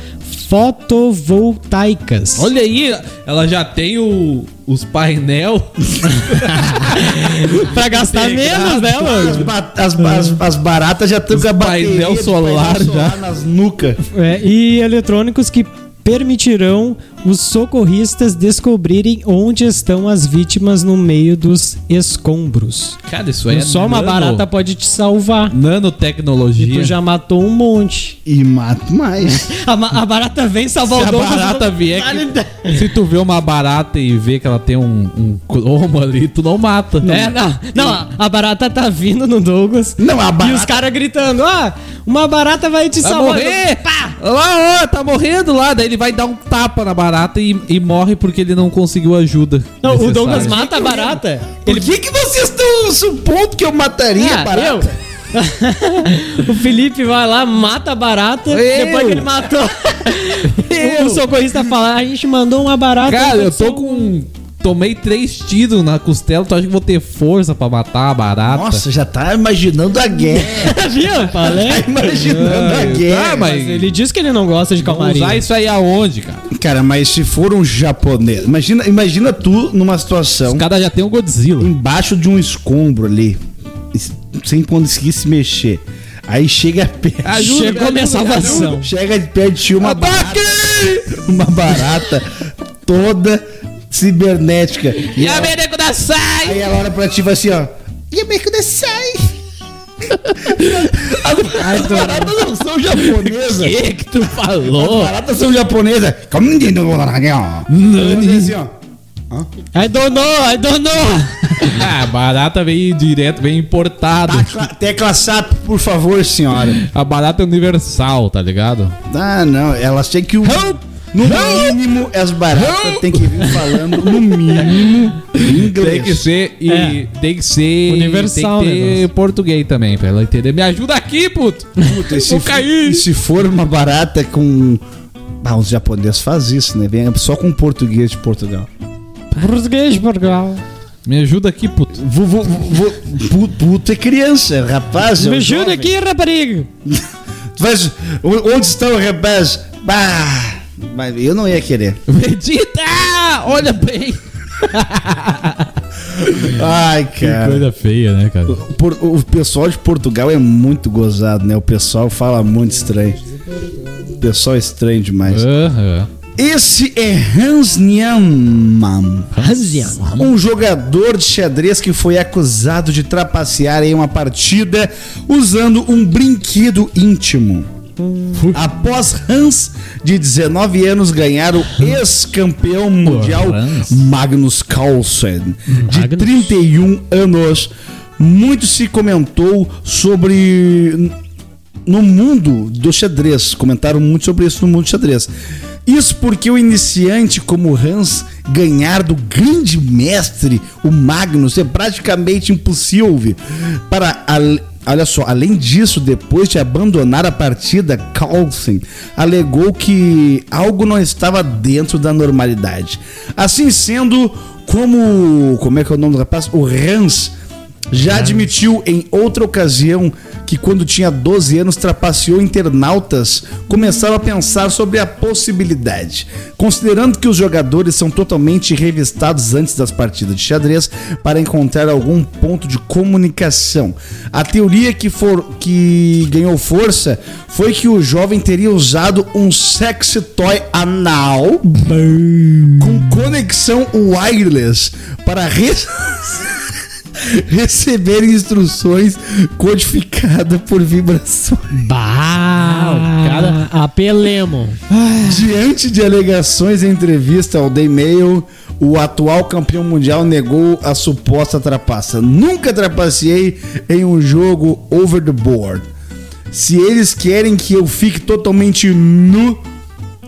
fotovoltaicas. Olha aí, ela já tem o, os painel. pra gastar menos, né, As, mano? ba- as, ba- as- as baratas já estão com a bateria painel do solar já. nas nuca. É, e eletrônicos que permitirão os socorristas descobrirem onde estão as vítimas no meio dos escombros. Cara, isso aí é Só uma nano- barata pode te salvar. E Nanotecnologia. tu já matou um monte. E mato mais. [laughs] A, ma- a barata vem salvar Se a o Douglas. barata vier que- Se tu vê uma barata e vê que ela tem um, um cromo ali, tu não mata. É, não, não, a barata tá vindo no Douglas. Não, a E os barata. caras gritando: Ah, uma barata vai te Vai salvar. morrer! Tá Lá, ó, tá morrendo lá. Daí ele vai dar um tapa na barata e, e morre porque ele não conseguiu ajuda. Não, o necessária. Douglas mata a barata. Por que, que vocês estão supondo que eu mataria a Ah, barata? eu? [laughs] o Felipe vai lá, mata a barata, Eu? depois que ele matou. O socorrista fala, a gente mandou uma barata. Cara, eu tô aconteceu com. Tomei três tiros na costela, tu acha que eu vou ter força pra matar a barata? Nossa, já tá imaginando a [laughs] guerra. [laughs] [laughs] Viu? Falei. imaginando a guerra. Ah, mas Mas ele diz que ele não gosta de vão calmaria. usar isso aí aonde, cara? Cara, mas se for um japonês. Então- Imagina, imagina tu numa situação. Os caras já tem um Godzilla. embaixo de um escombro ali. es- sem conseguir se mexer. Aí chega perto. Ajuda, Chegou me minha ajuda, salvação. Chega de perto de ti uma barata, uma barata toda cibernética. E ela, Américo da Sai! aí ela olha pra ti e fala assim, ó. E a Mercury sai! As baratas não são japonesas! é Que que tu Oh. falou? baratas são japonesas! Como ninguém não vai lá, né, ó? Nani! Assim, ó. I don't know, I don't know. [laughs] Ah, barata vem direto, vem importada. Tá. Tecla, tecla SAP, por favor, senhora. A barata é universal, tá ligado? Ah, não, elas têm que. No mínimo, as baratas têm que vir [laughs] falando, no mínimo, inglês. Tem que ser e É. tem que ser Universal, tem que né, ter nossa? português também pra ela entender. Me ajuda aqui, puto. Puta, e se, Vou cair. e se for uma barata com. Ah, os japoneses fazem isso, né? Vem só com português de Portugal. Português, Portugal. Me ajuda aqui, puto. Vou, vou, vou, pu- puto é criança, rapaz. é um Me ajuda jovem. aqui, rapariga. Mas, o- onde está o rapaz? Bah, mas eu não ia querer. Vegeta! Olha bem. Ai, cara. feia, né, cara? Por- o pessoal de Portugal é muito gozado, né? O pessoal fala muito estranho. O pessoal é estranho demais. Aham. Esse é Hans Niemann. Razão. Um jogador de xadrez que foi acusado de trapacear em uma partida usando um brinquedo íntimo. Após Hans, de 19 anos, ganhar o ex-campeão mundial Hans. Magnus Carlsen, de Magnus. 31 anos, muito se comentou sobre no mundo do xadrez. Comentaram muito sobre isso no mundo do xadrez. Isso porque o iniciante como Hans ganhar do grande mestre, o Magnus, é praticamente impossível. viu? Para al- olha só, além disso, depois de abandonar a partida, Carlsen alegou que algo não estava dentro da normalidade. Assim sendo, como como é que é o nome do rapaz? O Hans já admitiu em outra ocasião que quando tinha 12 anos trapaceou internautas, começaram a pensar sobre a possibilidade. Considerando que os jogadores são totalmente revistados antes das partidas de xadrez para encontrar algum ponto de comunicação. A teoria que, for, que ganhou força foi que o jovem teria usado um sexy toy anal com conexão wireless para res... receber instruções codificadas por vibrações. Bah, cara. Apelemo. Diante de alegações em entrevista ao The Mail, o atual campeão mundial negou a suposta trapaça. Nunca trapaceei em um jogo over the board. Se eles querem que eu fique totalmente nu,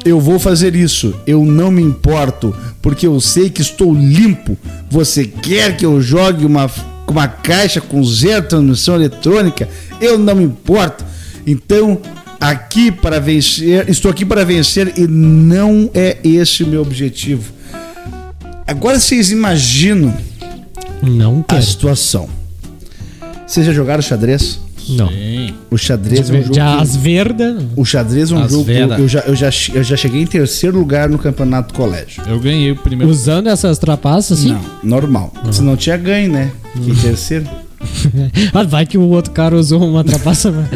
eu vou fazer isso. Eu não me importo, porque eu sei que estou limpo. Você quer que eu jogue uma, com uma caixa com zero transmissão eletrônica? Eu não me importo. Então, aqui para vencer, estou aqui para vencer e não é esse o meu objetivo. Agora vocês imaginam Não a quero. situação. Vocês já jogaram xadrez? Não. O xadrez é um jogo. Já as verdas. O xadrez é um As jogo. veras. Eu já, eu, já, eu já cheguei em terceiro lugar no campeonato do colégio. Eu ganhei o primeiro. Usando essas trapaças, assim. Não, normal. Se não tinha ganho, né? Que terceiro. Ah, vai que o outro cara usou uma trapaça. né?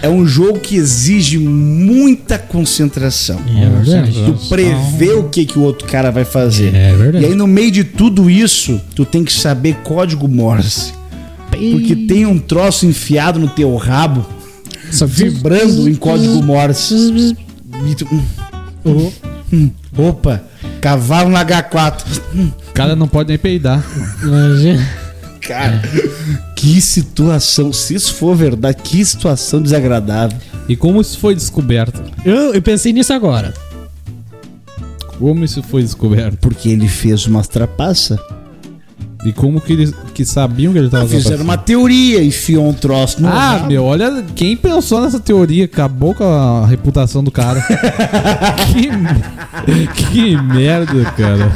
É um jogo que exige muita concentração. é verdade. Então- Tu prevê o que, que o outro cara vai fazer. É verdade. E aí, no meio de tudo isso, tu tem que saber código Morse. Porque tem um troço enfiado no teu rabo, Só vibrando em código Morse. E tu, hum, Oh, opa, cavalo na H4. Hum, O cara não pode nem peidar. imagina. Cara, É. que situação. Se isso for verdade, que situação desagradável. E como isso foi descoberto? Eu, eu pensei nisso [laughs] agora. Como isso foi descoberto? Porque ele fez uma trapaça. E como que eles que sabiam que ele tava Ah, Fizeram uma teoria, enfiou um troço no Ah, rabo. meu, olha quem pensou nessa teoria, acabou com a reputação [laughs] do cara. que, me- que merda, cara.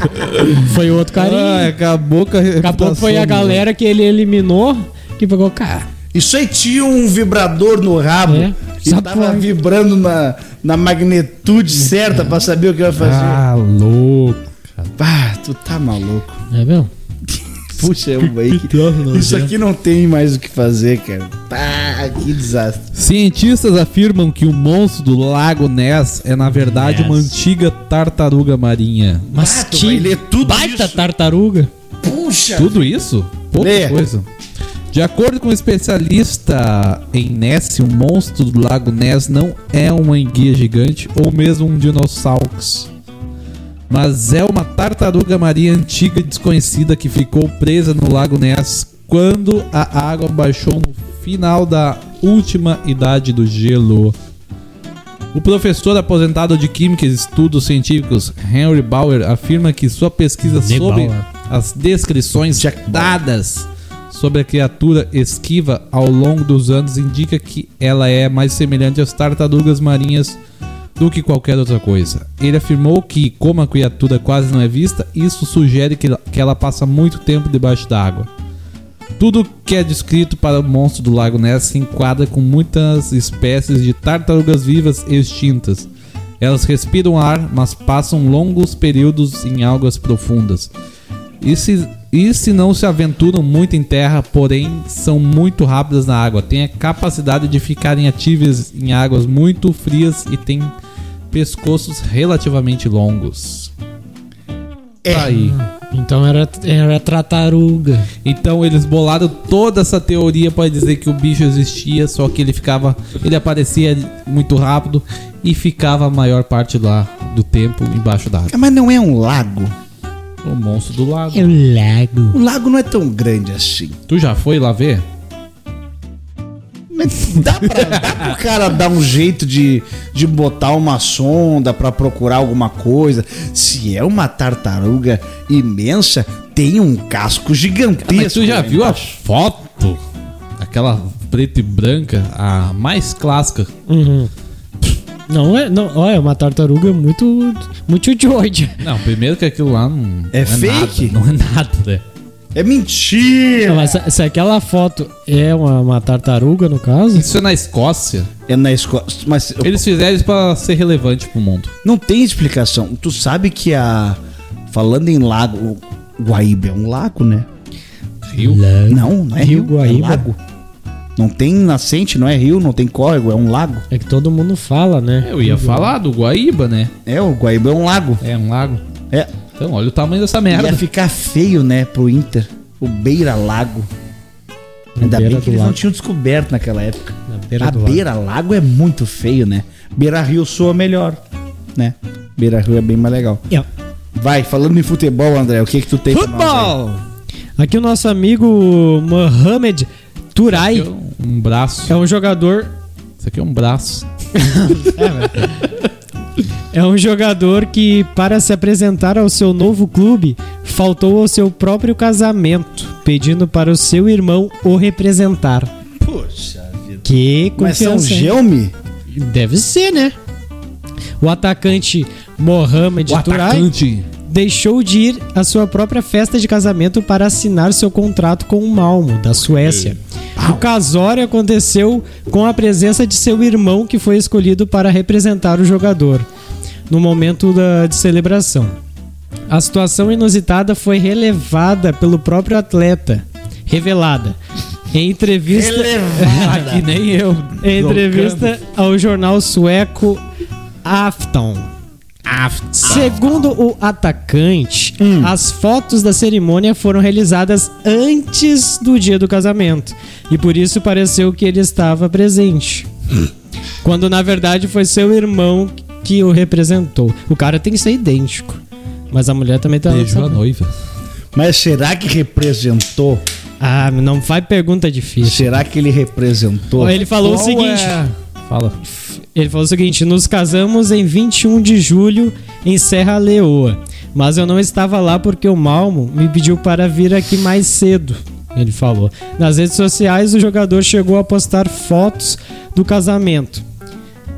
Foi o outro Ah, carinha. acabou com a Daqui a reputação. tá pouco foi a do- né? galera que ele eliminou que pegou, cara. Isso aí tinha um vibrador no rabo. É. E Sabe tava qual é? vibrando na, na magnitude certa pra saber Ah. o que vai fazer. Ah, louco. Ah, tu tá maluco. É mesmo? Puxa, aí que, né? isso aqui não né? tem mais o que fazer, cara. Tá, que desastre. Cientistas afirmam que o monstro do lago Ness é, na verdade, uma Ness. antiga tartaruga marinha. Mas Bato, Ah, vai ler tudo baita isso. tartaruga. Puxa, Tudo isso? Pouca Lê. coisa. De acordo com um especialista em Ness, o monstro do lago Ness não é uma enguia gigante ou mesmo um dinossauro, mas é uma tartaruga marinha antiga e desconhecida que ficou presa no lago Ness quando a água baixou no final da última idade do gelo. O professor aposentado de Química e Estudos Científicos Henry Bauer afirma que sua pesquisa De sobre Bauer. as descrições Jack dadas sobre a criatura esquiva ao longo dos anos indica que ela é mais semelhante às tartarugas marinhas do que qualquer outra coisa. Ele afirmou que, como a criatura quase não é vista, isso sugere que ela- que ela passa muito tempo debaixo da água. Tudo que é descrito para o monstro do Lago Ness se enquadra com muitas espécies de tartarugas vivas extintas. Elas respiram ar, mas passam longos períodos em algas profundas. E se, e se não se aventuram muito em terra, porém são muito rápidas na água. Têm a capacidade de ficarem ativas em águas muito frias e têm pescoços relativamente longos. É. Tá aí. Então era, era tartaruga. Então eles bolaram toda essa teoria para dizer que o bicho existia, só que ele ficava, ele aparecia muito rápido e ficava a maior parte lá do tempo embaixo da água. mas não é um lago. O monstro do lago. É um lago. O lago não é tão grande assim. Tu já foi lá ver? Mas Dá, pra, dá pro cara dar um jeito de, de botar uma sonda pra procurar alguma coisa. Se é uma tartaruga imensa, tem um casco gigantesco. Mas tu já né? viu a foto? Aquela preta e branca, a mais clássica. Uhum. Não é, não, olha, é uma tartaruga muito muito idioide. Não, primeiro que aquilo lá não É não fake? nada, não é nada, né? É mentira! Não, mas se, se aquela foto é uma, uma tartaruga, no caso, Isso é na Escócia. É na escola. Mas Eles fizeram isso para ser relevante pro mundo. não tem explicação. Tu sabe que a. Falando em lago. o Guaíba é um lago, né? Rio. Não, não é Rio rio. Guaíba. É lago. Não tem nascente, não é rio, não tem córrego, é um lago. é que todo mundo fala, né? Eu ia falar do Guaíba, né? É, o Guaíba é um lago. É um lago. É. Então, olha o tamanho dessa Ia merda. ficar feio, né, pro Inter. O Beira Lago. Ainda beira bem que do eles não lago. tinham descoberto naquela época. Na beira a do lago. Beira Lago é muito feio, né? Beira Rio soa melhor, né? Beira Rio é bem mais legal. Yeah. Vai, falando em futebol, André, o que que tu tem pra nós aí? Aqui o nosso amigo Mohamed Turai Isso aqui é Um braço. é um jogador Isso aqui é um braço. é um jogador que para se apresentar ao seu novo clube faltou ao seu próprio casamento, pedindo para o seu irmão o representar. Poxa vida. Que Mas São confiança. hein? Gelme? Deve ser, né? O atacante Mohamed Turai deixou de ir à sua própria festa de casamento para assinar seu contrato com o Malmo, da Suécia. O casório aconteceu com a presença de seu irmão, que foi escolhido para representar o jogador no momento da, de celebração. A situação inusitada foi relevada pelo próprio atleta, revelada. Em entrevista. [laughs] Relevada. que nem eu. Em entrevista ao jornal sueco Afton. Segundo o atacante, Hum. as fotos da cerimônia foram realizadas antes do dia do casamento e por isso pareceu que ele estava presente, Hum. quando na verdade foi seu irmão que o representou. O cara tem que ser idêntico, mas a mulher também tá. Beijou a noiva. Mas será que representou? Ah, não faz pergunta difícil. Será que ele representou? Ele falou o Qual seguinte. é- Fala. Ele falou o seguinte: nos casamos em 21 de julho em Serra Leoa, mas eu não estava lá porque o Malmo me pediu para vir aqui mais cedo. Ele falou. Nas redes sociais, o jogador chegou a postar fotos do casamento.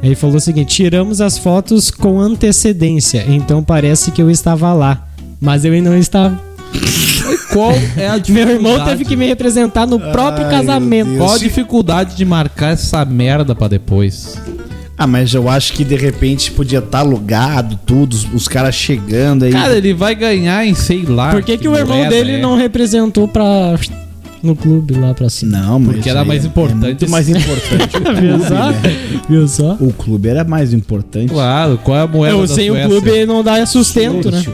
Ele falou o seguinte: tiramos as fotos com antecedência, então parece que eu estava lá, mas eu não estava. Qual é a [laughs] dificuldade? Meu irmão teve que me representar no próprio Ai, meu casamento. Deus. Qual a dificuldade de marcar essa merda pra depois? Ah, mas eu acho que de repente podia estar alugado, tudo, os, os caras chegando aí. Cara, ele vai ganhar em sei lá. Por que, que Ah, o irmão moeda dele é. não representou pra. no clube lá pra cima? não, mas. Porque isso era aí mais é- importante É muito esse- mais importante. [laughs] Viu só? Viu só? o clube era mais importante. Claro, qual é a moeda Não, da sem Suécia? o clube é ele não dá sustento, né? Gente,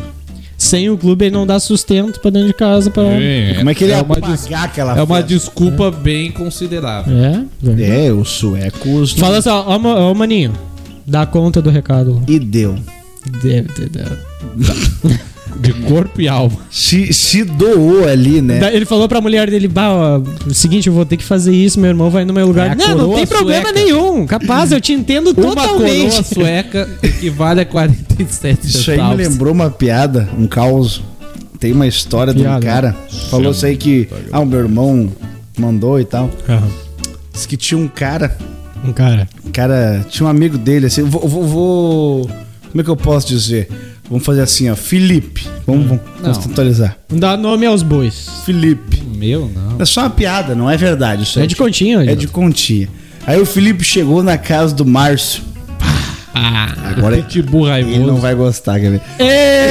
Sem o clube ele não dá sustento pra dentro de casa. Pra... É, Como é que ele é ia uma, pagar des- aquela é uma festa? desculpa bem considerável. verdade. É, os suecos. Fala assim, ó, ó, ma- ó, maninho. Dá conta do recado. E deu. Deve ter dado. De corpo e alma. Se, se doou ali, né? Daí Ele falou pra mulher dele, bah, ó, o seguinte, eu vou ter que fazer isso, meu irmão vai no meu É lugar. a não, não coroa tem problema sueca. nenhum. Capaz, eu te entendo Uma coroa totalmente. sueca equivale a 47 Isso aí me lembrou uma piada, um caos. Tem uma história de um Piada. cara. Falou isso aí que. Ah, o meu irmão mandou e tal. Ah, Diz que tinha um cara. Um cara. Cara, tinha um amigo dele assim. Vou. vou, vou- como é que eu posso dizer? Vamos fazer assim, ó. Felipe. Vamos, vamos contextualizar. Dá nome aos bois. Felipe. Meu, não. É só uma piada, não é verdade. Isso É aí. de continha, É de continha. Aí o Felipe chegou na casa do Márcio. Ah, Agora ele- Pitbull ele raivoso. não vai gostar, quer ver?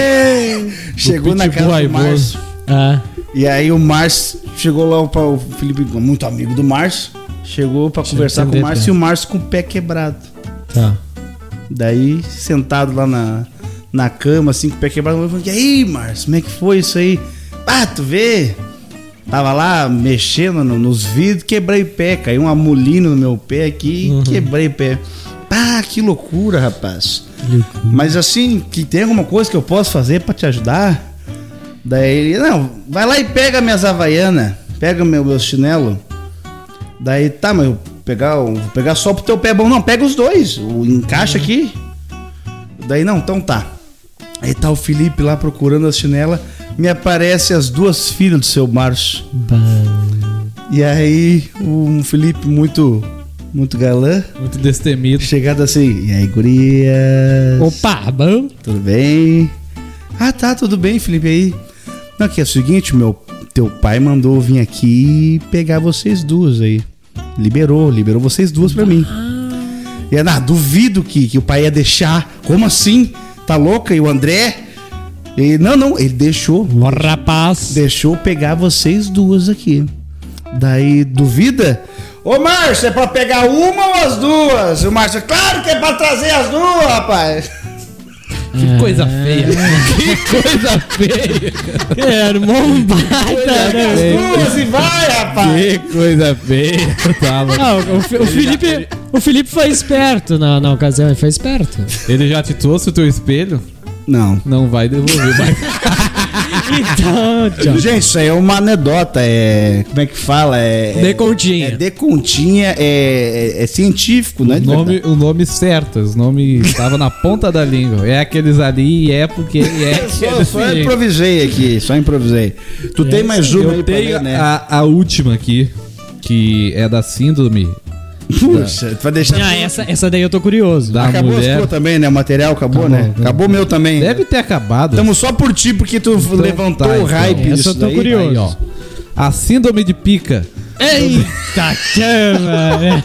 [laughs] Chegou na casa Pitbull do raivoso. Márcio. Ah, E aí o Márcio chegou lá, o pa- o Felipe, muito amigo do Márcio, chegou pra conversar com o entender, Márcio e cara. o Márcio com o pé quebrado. tá. Daí, sentado lá na, na cama, assim, com o pé quebrado, eu falei, e aí, Márcio, como é que foi isso aí? Ah, tu vê? Tava lá mexendo no- nos vidros, quebrei o pé, caiu uma molina no meu pé aqui e quebrei o pé. Ah, que loucura, rapaz. Mas assim, que tem alguma coisa que eu posso fazer pra te ajudar? Daí ele, não, vai lá e pega minhas havaianas, pega meu, meu chinelo. Daí, tá, mas eu vou pegar, eu vou pegar só pro teu pé bom. Não, pega os dois, o encaixa aqui. Daí, não, então tá. Aí tá o Felipe lá procurando a chinela, me aparece as duas filhas do seu Márcio. E aí, o Felipe muito, muito galã, Muito destemido. chegado assim, e aí, gurias? Opa, bom. Tudo bem? Ah, tá, tudo bem, Felipe aí. Não, que é o seguinte, meu, teu pai mandou eu vir aqui pegar vocês duas aí. Liberou, liberou vocês duas pra mim. E aí, ah, duvido que, que o pai ia deixar. Como assim? Tá louca? E o André? E, não, não, ele deixou. Bom [laughs] rapaz. Deixou eu pegar vocês duas aqui. Daí, duvida? Ô, Márcio, é pra pegar uma ou as duas? E o Márcio, claro que é pra trazer as duas, rapaz. Que coisa [laughs] feia. que coisa feia. É, irmão baita, né? Duas e vai, rapaz. Que coisa feia. Tava. Ah, o, o Fi- o Felipe, o Felipe foi esperto na, na ocasião, ele [laughs] foi esperto. Ele já te trouxe o teu espelho? Não. Não vai É devolver. Vai. Então, tchau. Gente, isso aí é uma anedota, é. Como é que fala? É. Dê continha. Ah, É de continha, é, é- é científico, né? O de nome, verdade. o nome certo. O nome tava na ponta da língua. É aqueles ali e é porque ele [laughs] é. que é Só, desse só jeito. improvisei aqui, só improvisei. Tu tem mais uma aí É, Eu pra tenho ler, né? a, a última aqui, que é da síndrome Puxa, tu vai deixar. Ah, essa, essa daí eu tô curioso. da acabou as mulher. tuas também, né? O material acabou, né? Acabou, o meu também. Deve ter acabado. Tamo só por ti, porque tu levantou tá, o então. hype Essa disso eu tô daí. tá curioso. Aí, ó. A síndrome de pica. Eita, chama, né?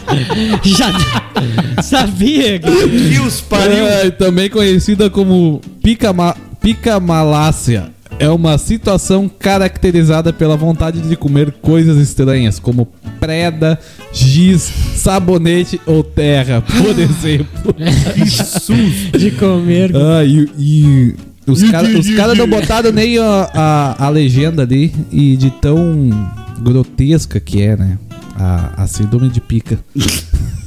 Já sabia que... Que os pariu. É, também conhecida como pica, ma pica malácia. É uma situação caracterizada pela vontade de comer coisas estranhas, como preda, giz, sabonete ou terra, [laughs] por exemplo. É. de comer. Ah, e, e os caras os cara não botaram nem a, a, a legenda ali e de tão grotesca que é, né? A, a síndrome [laughs] de pica.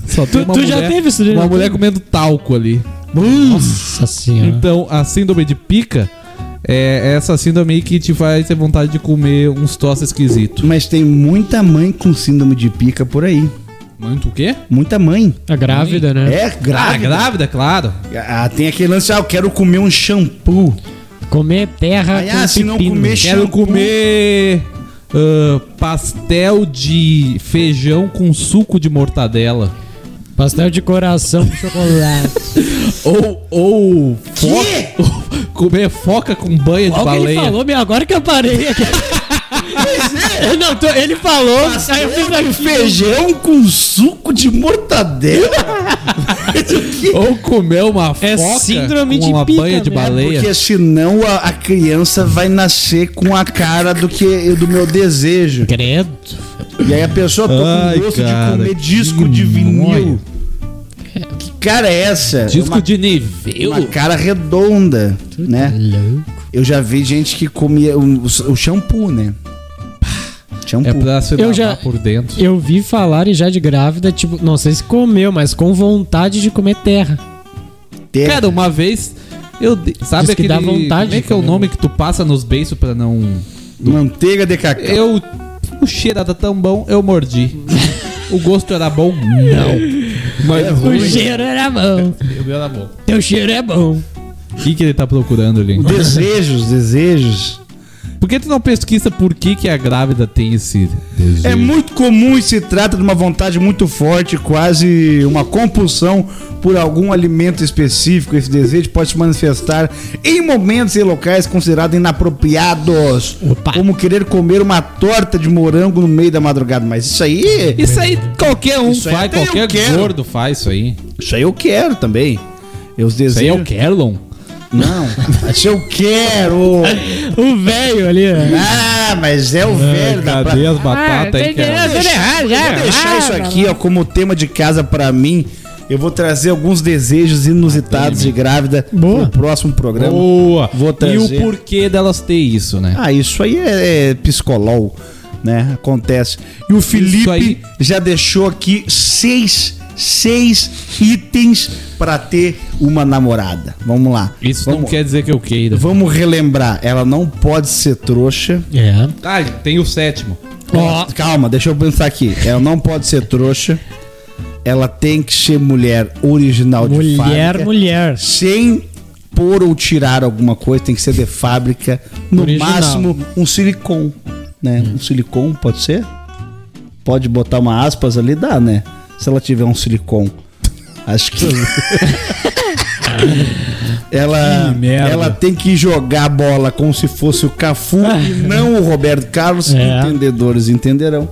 Só tem Tu- tu já teve isso, né? Uma mulher comendo talco ali. Nossa senhora. Então, a síndrome de pica é essa síndrome aí que te faz ter vontade de comer uns troços [laughs] esquisitos. Mas tem muita mãe com síndrome de pica por aí. Muito o quê? Muita mãe. A grávida, né? É, Ah, grávida. grávida, claro. Ah, tem aquele lance, ah, eu quero comer um shampoo. Comer terra Aí, com ah, se não pepino. comer Quero shampoo- comer ah, pastel de feijão com suco de mortadela. Pastel de coração com chocolate. Ou, ou [laughs] foca, comer foca com banha [laughs] de Olha o que ele baleia. falou, meu, agora que eu parei aqui. [laughs] Não, tô- ele falou, aí eu fiz Feijão, aqui. um feijão com suco de mortadela? Mas o que? Ou comeu uma foca É síndrome com de uma pica, banha de né? baleia. Porque senão a, a criança vai nascer com a cara do que do meu desejo. Credo. E aí a pessoa tá Ai, com gosto cara, de comer que disco de vinil. nóia. Que cara é essa? Disco uma, de tá nível. uma cara redonda, né? Eu já vi gente que comia o, o shampoo, né? Pá, Shampoo. É pra se Eu lavar já- por dentro. Eu vi falarem já de grávida, tipo, não sei se comeu, mas com vontade de comer terra. Terra. É. Cara, uma vez. Eu, de- sabe Diz que aquele. dá vontade né? como é de que é o comer, nome que tu passa nos beiços pra não. Manteiga de cacau. Eu. O cheiro era tão bom, eu mordi. o gosto era bom? Não. Mas O cheiro era bom. o meu era bom. Teu cheiro é bom. O que, que ele tá procurando ali? Desejos, desejos. Por que tu não pesquisa por que, que a grávida tem esse desejo? É muito comum e se trata de uma vontade muito forte, quase uma compulsão por algum alimento específico. Esse desejo pode se manifestar em momentos e locais considerados inapropriados, Opa. como querer comer uma torta de morango no meio da madrugada. Mas isso aí, Isso aí qualquer um Isso aí faz, até eu qualquer quero. gordo faz isso aí. isso aí eu quero também. Eu os Isso desejos. aí é o Kerlon. [laughs] Não, isso eu quero. O velho ali, ó. Ah, mas é o velho da pra... Cadê as Ah, batatas aí, Kerlon? Vou deixar, É, vou deixar isso aqui né? ó, como tema de casa pra mim. Eu vou trazer alguns desejos inusitados de grávida Boa. no próximo programa. Boa! Vou e trazer. o porquê delas ter isso, né? Ah, isso aí é, é psicolol, né? Acontece. E o Felipe aí. já deixou aqui seis, seis itens pra ter uma namorada. Vamos lá. Isso vamos, não quer dizer que eu queira. Vamos relembrar. Ela não pode ser trouxa. É. Ah, tem o sétimo. Ó. Calma, deixa eu pensar aqui. Ela não pode ser trouxa. Ela tem que ser mulher original de Mulher, fábrica. mulher. Sem pôr ou tirar alguma coisa, tem que ser de fábrica. No Original. máximo, um silicone, Né? Um silicone pode ser? Pode botar uma aspas ali, dá, né? Se ela tiver um silicone. Acho que. ela, Que merda. ela tem que jogar a bola como se fosse o Cafu e não o Roberto Carlos. É. Entendedores entenderão.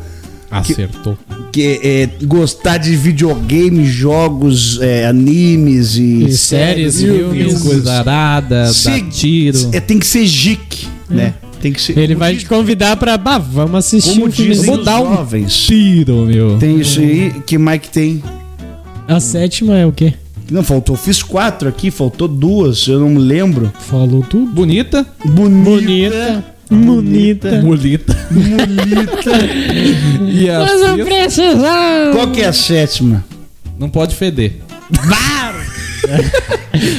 Acertou. Que é, gostar de videogame, jogos, é, animes e, E séries, filmes. Coisarada, Se- dá tiro. É. É, tem que ser jique, né? Tem que ser. Ele vai te convidar pra. Bah, vamos assistir como um dizem filmezinho. os jovens. Tiro, meu. Tem isso aí. Que mais que tem? A sétima é o quê? Não, faltou. Fiz quatro aqui, faltou duas, eu não me lembro. Falou tudo. Bonita. Bonita. É. Bonita. Bonita. Bonita. [laughs] e a Mas eu sexta- precisava. Qual que é a sétima? Não pode feder.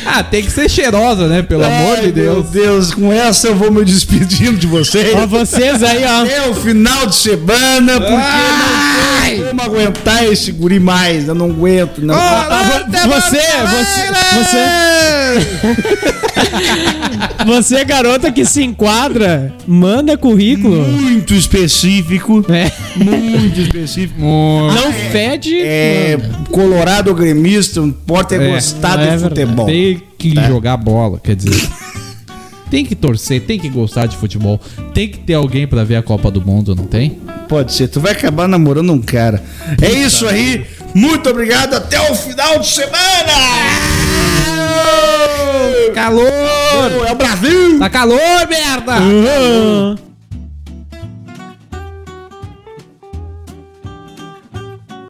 ah, tem que ser cheirosa, né? Pelo amor Ai, de Deus. Meu Deus, com essa eu vou me despedindo de vocês. Ó, vocês aí, ó. É o final de semana, porque não tem como aguentar esse guri mais. Eu não aguento, não. Ah, Você, você, você. Você, garota que se enquadra, manda currículo. Muito específico. É. Muito específico. Não fede. É, manda. Colorado gremista, não pode ter É, gostado não é de futebol. Tem que jogar bola, quer dizer. tem que torcer, tem que gostar de futebol. Tem que ter alguém pra ver a Copa do Mundo, não tem? Pode ser, tu vai acabar namorando um cara. É isso aí. Muito obrigado, até o final de semana! Calor! É o Brasil! Tá calor, merda! Ah.